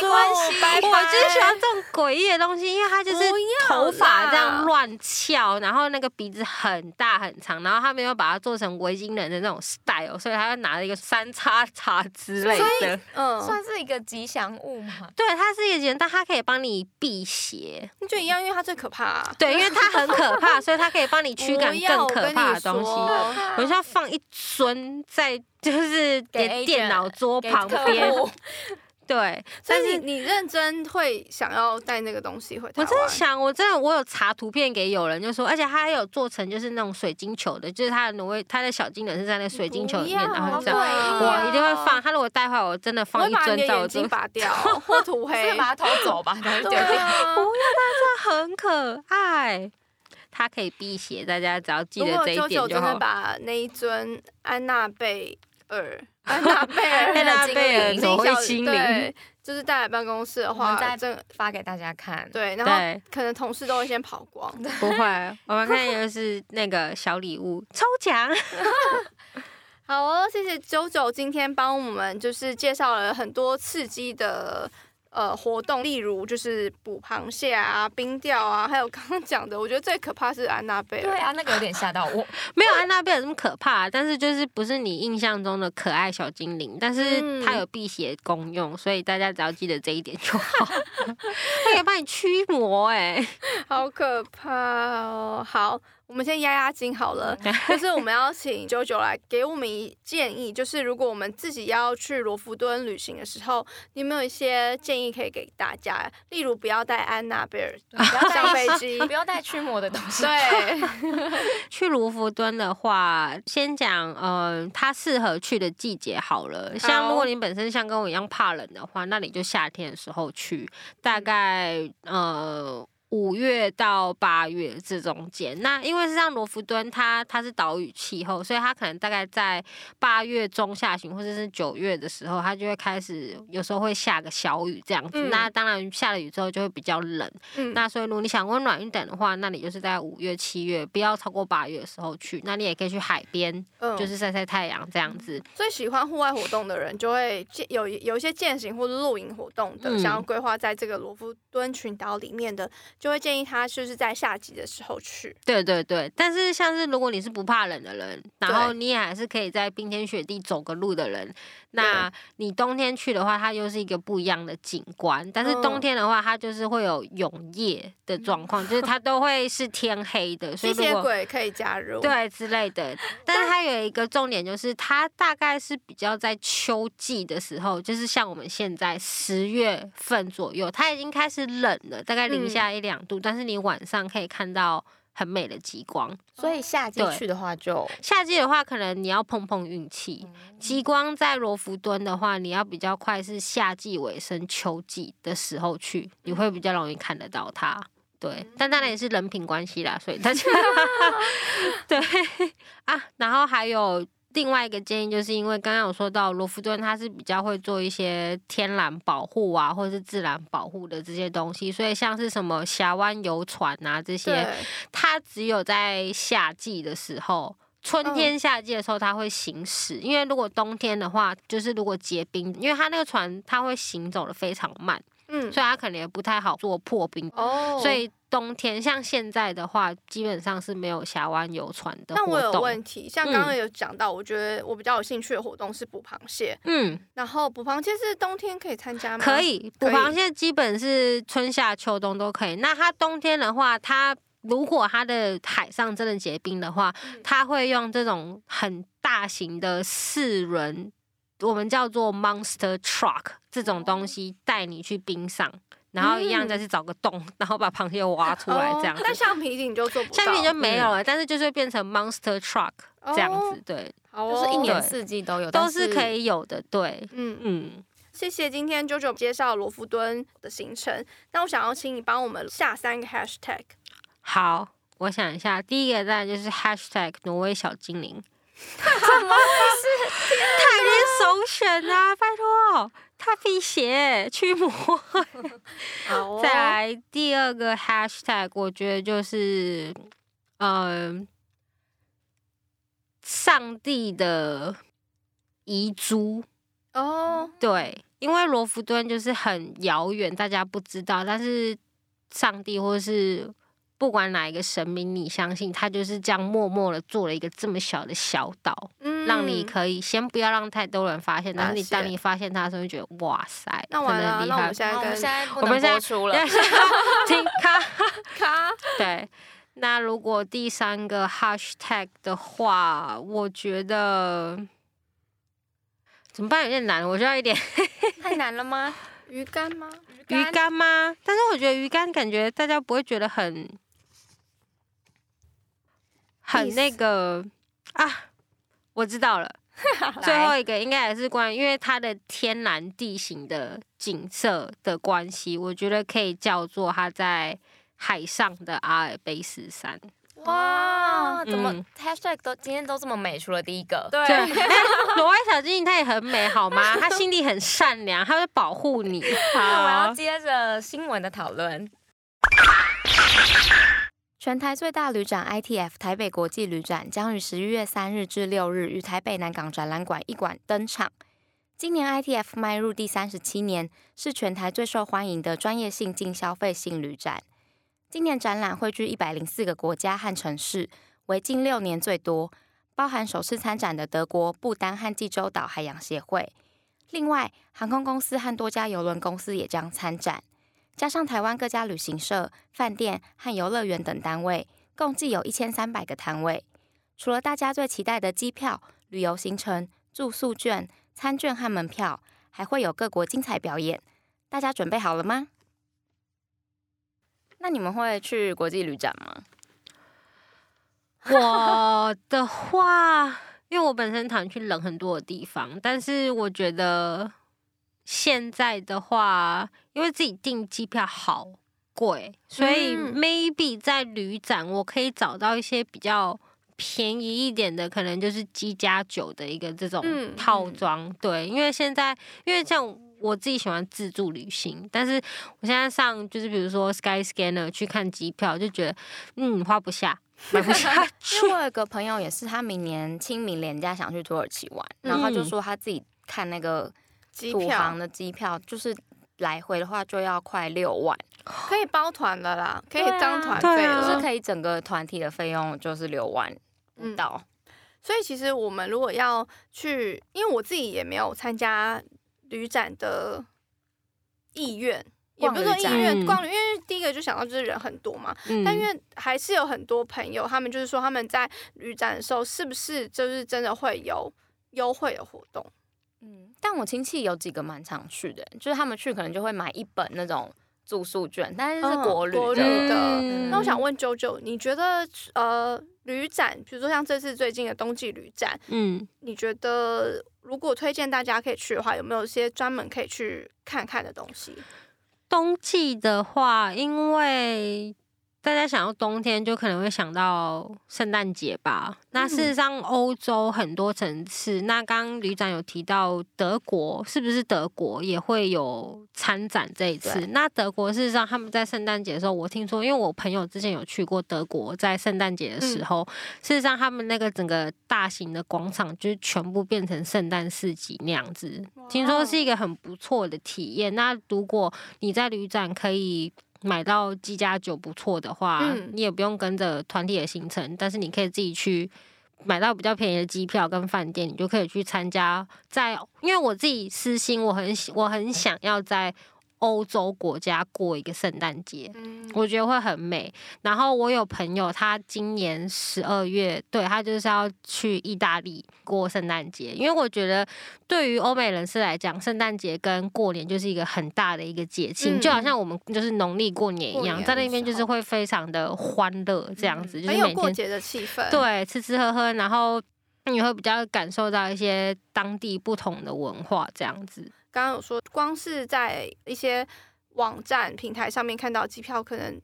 S3: 束，
S2: 没关系
S3: 拜拜。
S1: 我就是喜欢这种诡异的东西，因为它就是
S3: 不要
S1: 头发这
S3: 啦
S1: 样乱翘，然后那个鼻子很大很长，然后他们又把它做成维京人的那种 style，所以他就拿了一个三叉叉之类的。
S3: 嗯，
S2: 算是一个吉祥物嘛。
S1: 对，它是一个人，但它可以帮你辟邪，
S3: 那就一样，因为它最可怕、啊。
S1: 对，因为它很可怕，所以它可以帮你驱 赶
S3: 不要
S1: 更可怕的东
S3: 我
S1: 西。
S3: 跟你说
S1: 我就要放一尊在就是
S2: 给
S1: 电
S2: agent，
S1: 电脑桌
S2: 给
S1: 旁
S2: 客
S1: 边，
S2: 户
S1: 对，
S3: 所
S1: 但
S3: 以
S1: 是
S3: 你你认真会想要带那个东西回
S1: 我
S3: 台湾？
S1: 真的想，我真的我有查图片给有人，就说，而且他还有做成就是那种水晶球的，就是他的挪威，他的小金人是在那个水晶球里面，
S3: 不要啊
S1: 然后这
S2: 好
S1: 样，
S2: 可爱
S1: 我一定会。
S3: 不要
S1: 放。他如果带回来，我真的
S3: 我
S1: 放
S3: 会
S1: 一
S3: 把
S1: 尊
S3: 你的
S1: 在我桌
S3: 眼睛
S1: 上，
S3: 拔掉， 或涂
S2: 是
S3: 黑。
S2: 把它偷走 吧，然后就
S3: 对
S2: 丢掉。
S3: 啊，
S1: 很可爱。它可以辟邪，大家只要记
S3: 如
S1: 得
S3: 果
S1: 这一
S3: 九九
S1: 点就
S3: 真的
S1: 好。
S3: 把那一尊安娜贝 尔、安娜贝尔、
S1: 安娜贝尔
S3: 那
S1: 挪威
S3: 小
S1: 精灵，
S3: 对，就是带来办公室的
S2: 我
S3: 话
S2: 们，再
S3: 这
S2: 发给大家看。
S3: 对，然后
S1: 对，
S3: 可能同事都会先跑光。
S1: 不会。我们看就是那个小礼物抽奖，
S3: 好哦，谢谢九九今天帮我们就是介绍了很多刺激的呃活动，例如就是捕螃蟹啊、冰钓啊，还有刚刚讲的，我觉得最可怕是安娜贝尔。
S2: 对啊，那个有点吓到 我。
S1: 没有安娜贝尔这么可怕，但是就是不是你印象中的可爱小精灵，但是
S3: 嗯
S1: 它有辟邪功用，所以大家只要记得这一点就好。它可以帮你驱魔、哎，
S3: 好可怕哦！好，我们先压压惊好了。就是我们要请九九来给我们一建议，就是如果我们自己要去罗浮敦旅行的时候，你有没有一些建议可以给大家？例如不要带安娜贝尔
S2: 不要
S3: 上
S2: 带
S3: 飞 机。
S2: 不要带驱魔的东西。
S3: 对，
S1: 去卢浮敦的话，先讲，嗯、它适合去的季节好了。像
S3: 好
S1: 如果你本身像跟我一样怕冷的话，那你就夏天的时候去，
S3: 嗯
S1: 大概呃。五月到八月这中间，那因为是像罗浮敦它，它是岛屿气候，所以它可能大概在八月中下旬或者是九月的时候，它就会开始有时候会下个小雨这样子。
S3: 嗯
S1: 那当然下了雨之后就会比较冷，
S3: 嗯
S1: 那所以如果你想温暖一点的话，那你就是在五月、七月，不要超过八月的时候去。那你也可以去海边，
S3: 嗯
S1: 就是晒晒太阳这样子。
S3: 最喜欢户外活动的人，就会健有有一些践行或者露营活动的，
S1: 嗯
S3: 想要规划在这个罗浮敦群岛里面的，就会建议他就是在夏季的时候去。
S1: 对对对。但是像是如果你是不怕冷的人，然后你也还是可以在冰天雪地走个路的人，那你冬天去的话，它又是一个不一样的景观。但是
S3: 嗯
S1: 冬天的话，它就是会有永夜的状况，就是它都会是天黑的。所以
S3: 吸
S1: 如
S3: 血
S1: 果
S3: 鬼可以加入，，
S1: 对之类的。但是它有一个重点，就是它大概是比较在秋季的时候，就是像我们现在十月份左右，它已经开始冷了，大概零下一两度，但是你晚上可以看到。很美的极光，
S2: 所以夏季
S1: 对
S2: 去的话就
S1: 夏季的话，可能你要碰碰运气。极光在罗浮敦的话，你要比较快是夏季尾声、秋季的时候去，你会比较容易看得到它。对，但当然也是人品关系啦，所以大家对啊，然后还有。另外一个建议，就是因为刚刚有说到罗浮敦，它是比较会做一些天然保护啊，或者是自然保护的这些东西，所以像是什么峡湾游船啊这些，
S3: 对，
S1: 它只有在夏季的时候春
S3: 嗯
S1: 天、夏季的时候它会行驶，因为如果冬天的话，就是如果结冰，因为它那个船它会行走的非常慢，
S3: 嗯
S1: 所以它可能也不太好做破冰。
S3: 哦
S1: 所以冬天像现在的话，基本上是没有峡湾游船的活
S3: 那
S1: 动。
S3: 我有问题，像刚刚
S1: 嗯
S3: 有讲到，我觉得我比较有兴趣的活动是捕螃蟹，
S1: 嗯，
S3: 然后捕螃蟹是冬天可以参加吗？
S1: 可，以，捕
S3: 可以
S1: 螃蟹基本是春夏秋冬都可以。那它冬天的话，它如果它的海上真的结冰的话，
S3: 嗯
S1: 它会用这种很大型的四轮，我们叫做 monster truck 这种东西带你去冰上，然后一样
S3: 嗯
S1: 再去找个洞，然后把螃蟹挖出来这样
S3: 哦
S1: 子。
S3: 但橡皮筋你就做不到，
S1: 下面就没有了，但是就是会变成 monster truck 这样子，
S3: 哦
S1: 对，
S3: 好哦，
S2: 就是一年
S1: 对
S2: 四季都有，
S1: 都
S2: 但
S1: 是可。以有的，对，
S3: 嗯，
S1: 嗯。
S3: 谢谢今天 JoJo 介绍罗浮敦的行程。那我想要请你帮我们下三个 hashtag，
S1: 好，我想一下，第一个当然就是 hashtag 挪威小精灵，怎么回事？太难首选啊！拜托，它辟邪驱魔。
S3: 好哦
S1: 再来第二个 hashtag，我觉得就是，嗯、上帝的遗珠。
S3: 哦，
S1: 对，因为罗浮敦就是很遥远，大家不知道，但是上帝或是不管哪一个神明，你相信他就是这样默默的做了一个这么小的小岛，
S3: 嗯
S1: 让你 可以先不要让太多人发现，但是你
S3: 发现
S1: 当你发现他的时候，就觉得哇塞，
S3: 那
S1: 真
S3: 完
S1: 的
S3: 了，啊
S1: 很厉
S3: 那我
S1: 害
S3: 们。现
S2: 那
S3: 在
S2: 啊我们
S3: 跟
S2: 现在不
S1: 我们
S2: 能
S1: 现在
S2: 播出 了，
S1: 听他
S3: 卡
S1: 对。那如果第三个 hashtag 的话，我觉得怎么办？有点难，我需要一点
S2: 太难了吗？
S3: 鱼竿吗？
S1: 鱼竿吗？但是我觉得鱼竿感觉大家不会觉得很很那个啊，我知道了，最后
S2: 来
S1: 一个应该也是关于，因为它的天然地形的景色的关系，我觉得可以叫做它在海上的阿尔卑斯山。
S2: 哇，怎么
S1: 嗯
S2: hashtag 都今天都这么美？除了第一个，
S3: 对，
S1: 对，挪哎威小精灵它也很美好吗？它心地很善良，它会保护你。
S2: 那我要
S1: 好，
S2: 接着新闻的讨论。全台最大旅展 ITF 台北国际旅展将于十一月三日至六日于台北南港展览馆一馆登场。今年 ITF 迈入第三十七年，是全台最受欢迎的专业性进消费性旅展。今年展览汇聚一百零四个国家和城市，为近六年最多，包含首次参展的德国、不丹和济州岛海洋协会。另外，航空公司和多家邮轮公司也将参展，加上台湾各家旅行社、饭店和游乐园等单位，共计有一千三百个摊位。除了大家最期待的机票、旅游行程、住宿券、餐券和门票，还会有各国精彩表演。大家准备好了吗？那你们会去国际旅展吗？
S1: 我的话，因为我本身常去冷很多的地方，但是我觉得现在的话，因为自己订机票好贵，所以
S3: 嗯
S1: maybe 在旅展我可以找到一些比较便宜一点的，可能就是机加酒的一个这种
S3: 嗯
S1: 套装。对，因为现在因为像。我自己喜欢自助旅行，但是我现在上就是比如说 Skyscanner 去看机票，就觉得嗯花不下，买不 下去
S2: 因。为我有个朋友也是，他明年清明连假想去土耳其玩，然后他就
S1: 嗯
S2: 说他自己看那个
S3: 机
S2: 土
S3: 票
S2: 航的机票，就是来回的话就要快六万，
S3: 可以包团的啦，可以
S2: 对啊
S3: 当团
S1: 对
S3: 费
S1: 啊
S2: 就
S3: 了
S2: 是。可以整个团体的费用就是六万不到。
S3: 所以其实我们如果要去，因为我自己也没有参加旅展的意愿，也不是说
S2: 逛旅展
S3: 意愿
S1: 嗯
S3: 逛旅，因为第一个就想到就是人很多嘛，
S1: 嗯
S3: 但因为还是有很多朋友，他们就是说他们在旅展的时候，是不是就是真的会有优惠的活动？
S2: 嗯，但我亲戚有几个蛮常去的，就是他们去可能就会买一本那种住宿券，但是是
S3: 嗯
S2: 国旅的。
S3: 国旅的
S1: 嗯
S3: 那我想问 JoJo，你觉得呃旅展，比如说像这次最近的冬季旅展，
S1: 嗯，
S3: 你觉得如果推荐大家可以去的话，有没有一些专门可以去看看的东西？
S1: 冬季的话，因为大家想到冬天，就可能会想到圣诞节吧。那事实上，欧洲很多城市，那刚刚旅长有提到德国，是不是德国也会有参展这一次？那德国事实上他们在圣诞节的时候，我听说，因为我朋友之前有去过德国，在圣诞节的时候，事实上他们那个整个大型的广场就是全部变成圣诞市集那样子，听说是一个很不错的体验。那如果你在旅展可以买到鸡加酒不错的话，
S3: 嗯
S1: 你也不用跟着团体的行程，但是你可以自己去买到比较便宜的机票跟饭店，你就可以去参加在。因为我自己私心，我很喜，我很想要在欧洲国家过一个圣诞节。
S3: 嗯，
S1: 我觉得会很美。然后我有朋友，他今年十二月，对他就是要去意大利过圣诞节，因为我觉得对于欧美人士来讲，圣诞节跟过年就是一个很大的一个节庆，
S3: 嗯
S1: 就好像我们就是农历过年一
S3: 过
S1: 样，
S3: 年
S1: 在那
S3: 的
S1: 边
S3: 时
S1: 就是
S3: 候嗯
S1: 会非常的欢乐这样子，就是
S3: 很有
S1: 每
S3: 过
S1: 天
S3: 节的气氛。，
S1: 对，吃吃喝喝，然后。你会比较感受到一些当地不同的文化，这样子。
S3: 刚刚有说，光是在一些网站平台上面看到机票，可能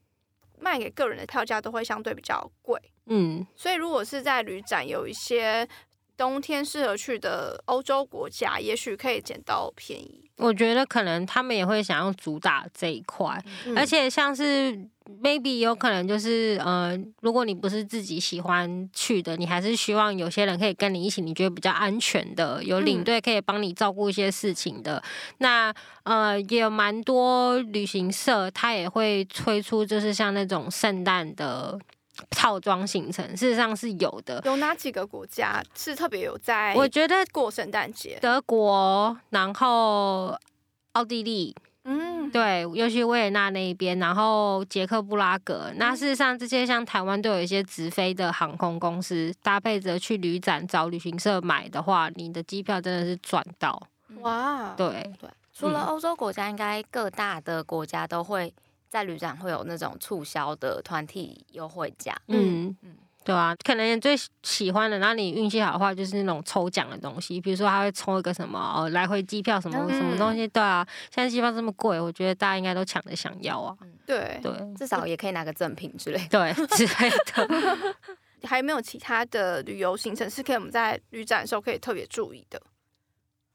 S3: 卖给个人的票价都会相对比较贵。
S1: 嗯，
S3: 所以如果是在旅展有一些冬天适合去的欧洲国家，也许可以捡到便宜。
S1: 我觉得可能他们也会想要主打这一块，
S3: 嗯
S1: 而且像是 maybe 有可能就是呃，如果你不是自己喜欢去的，你还是希望有些人可以跟你一起，你觉得比较安全的，有领
S3: 嗯
S1: 队可以帮你照顾一些事情的。那呃，也有蛮多旅行社，它也会推出就是像那种圣诞的套装行程，事实上是有的。
S3: 嗯有哪几个国家是特别有在
S1: 我觉得
S3: 过圣诞节？
S1: 德国，然后奥地利，
S3: 嗯，
S1: 对，尤其维也纳那一边，然后捷克布拉格。
S2: 嗯
S1: 那事实上，这些像台湾都有一些直飞的航空公司，搭配着去旅展找旅行社买的话，你的机票真的是赚到。
S3: 哇，
S1: 对，
S2: 对，嗯除了
S1: 嗯
S2: 欧洲国家，应该各大的国家都会在旅展会有那种促销的团体优惠价。
S1: 嗯
S2: 嗯。
S1: 对啊，可能你最喜欢的，然后你运气好的话，就是那种抽奖的东西，比如说他会抽一个什么哦来回机票什
S2: 嗯
S1: 么什么东西，对啊，现在机票这么贵，我觉得大家应该都抢着想要啊，
S3: 对，
S1: 对
S2: 至少也可以拿个赠品之类。
S1: 对 之类的。
S3: 还有没有其他的旅游行程是可以我们在旅展的时候可以特别注意的？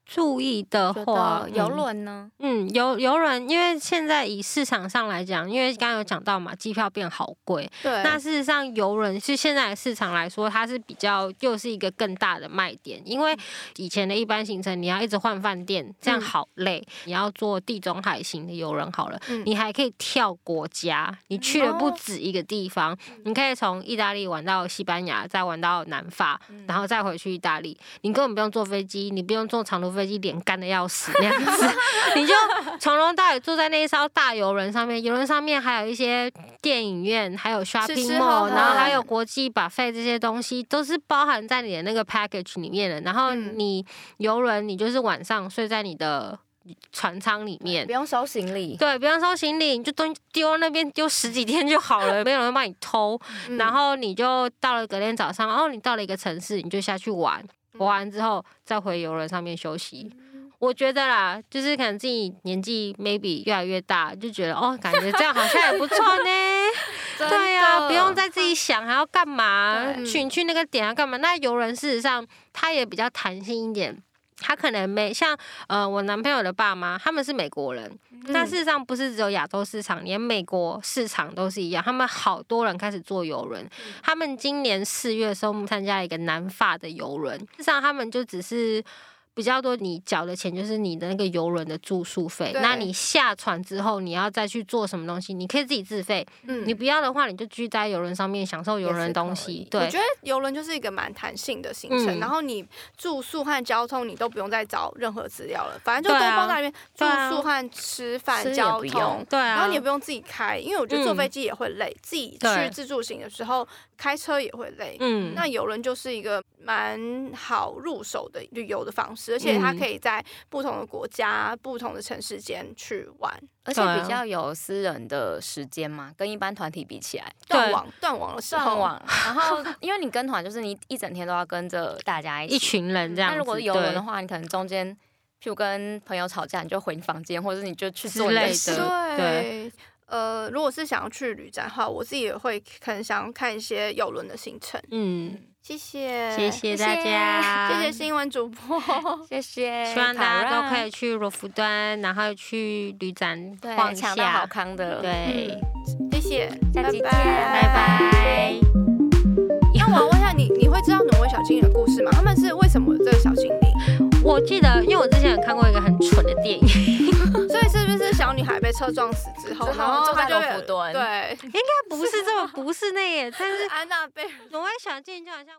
S1: 注意的
S2: 觉
S1: 话
S2: 得，游
S1: 嗯
S2: 轮呢？
S1: 嗯，游游轮，因为现在以市场上来讲，因为刚刚有讲到嘛，机票变好贵。
S3: 对，
S1: 那事实上，游轮是现在的市场来说，它是比较又是一个更大的卖点，因为以前的一般行程你要一直换饭店，这样
S3: 嗯
S1: 好累。你要坐地中海型的游轮好了，
S3: 嗯哦
S1: 你还可以跳国家，你去了不止一个地方，
S3: 嗯
S1: 你可以从意大利玩到西班牙，再玩到南法，
S3: 嗯
S1: 然后再回去意大利。你根本不用坐飞机，你不用坐长途飞机，脸干的要死那样子，你就从头到尾坐在那一艘大游轮上面，游轮上面还有一些电影院，还有 shopping
S3: 吃喝
S1: mall，
S3: 喝
S1: 然后还有国际 buffet 这些东西都是包含在你的那个 package 里面的。然后
S3: 嗯
S1: 你游轮，你就是晚上睡在你的船舱里面
S2: 不。用收行李，
S1: 对，不用收行李，你就东西丢那边丢十几天就好了，没有人会帮你偷。
S3: 嗯
S1: 然后你就到了隔天早上，哦，你到了一个城市，你就下去玩，
S3: 嗯
S1: 玩完之后再回游轮上面休息。我觉得啦，就是可能自己年纪 maybe 越来越大，就觉得哦，感觉这样好像也不错呢。 对呀、不用再自己想还要干嘛，
S3: 对
S1: 去你去那个点要干嘛？那游轮事实上它也比较弹性一点，它可能没像呃我男朋友的爸妈，他们是美国人，
S3: 嗯
S1: 但事实上不是只有亚洲市场，连美国市场都是一样，他们好多人开始做游轮。
S3: 嗯
S1: 他们今年四月的时候，我们参加了一个南法的游轮，事实上他们就只是。比较多，你缴的钱就是你的那个游轮的住宿费。
S3: 对
S1: 那你下船之后，你要再去做什么东西，你可以自己自费。
S3: 嗯
S1: 你不要的话，你就继续在游轮上面享受游轮的东西。
S2: 也
S3: 我
S1: 对
S3: 觉得游轮就是一个蛮弹性的行程，
S1: 嗯
S3: 然后你住宿和交通你都不用再找任何资料了，反正就都
S1: 对啊
S3: 包在里面。
S1: 对啊
S3: 住宿和吃饭、
S2: 吃也
S3: 交
S2: 不
S3: 通
S2: 用，
S1: 对啊，
S3: 然后你也不用自己开，因为我觉得坐
S1: 嗯
S3: 飞机也会累，自己去
S1: 对
S3: 自助行的时候开车也会累。
S1: 嗯，
S3: 那游轮就是一个蛮好入手的旅游的方式，而且它
S1: 嗯
S3: 可以在不同的国家、不同的城市间去玩，
S2: 而且
S1: 对啊
S2: 比较有私人的时间嘛，跟一般团体比起来，
S3: 断
S1: 对
S3: 网、断网的时候，
S1: 哦
S2: 断网。然后因为你跟团，就是你一整天都要跟着大家一
S1: 一
S2: 起。
S1: 群人这样
S2: 那
S1: 子。
S2: 如果是游轮
S1: 对
S2: 的话，你可能中间，譬如跟朋友吵架，你就回你房间，或者你就去
S1: 之
S2: 做你
S1: 类
S2: 的
S1: 的
S2: 事。
S1: 对
S3: 对。呃，如果是想要去旅展的话，我自己也会可能想要看一些游轮的行程。
S1: 嗯，
S3: 谢谢，
S1: 谢谢大家，
S3: 谢谢新闻 主播，
S2: 谢谢，
S1: 希望大家都可以去罗浮端，然后去旅展
S2: 对
S1: 逛一
S2: 抢到好
S1: 下。嗯
S2: 康的，，
S1: 对，
S3: 谢谢，
S2: 下集见
S1: 拜拜。
S3: 那我要问一下你，你会知道挪威小精灵的故事吗？他们是为什么有这个小精灵？
S1: 我记得，因为我之前有看过一个很蠢的电影， 应
S3: 所以是不是小女孩被车撞死之后，
S2: 之后
S3: 然后
S2: 就
S3: 哦
S2: 在
S3: 她就
S2: 罗浮
S3: 有
S2: 敦
S3: 对，
S1: 该不是这么，不是那个，但
S3: 是
S1: 是
S3: 安娜贝尔。
S1: 挪威小精灵就好像。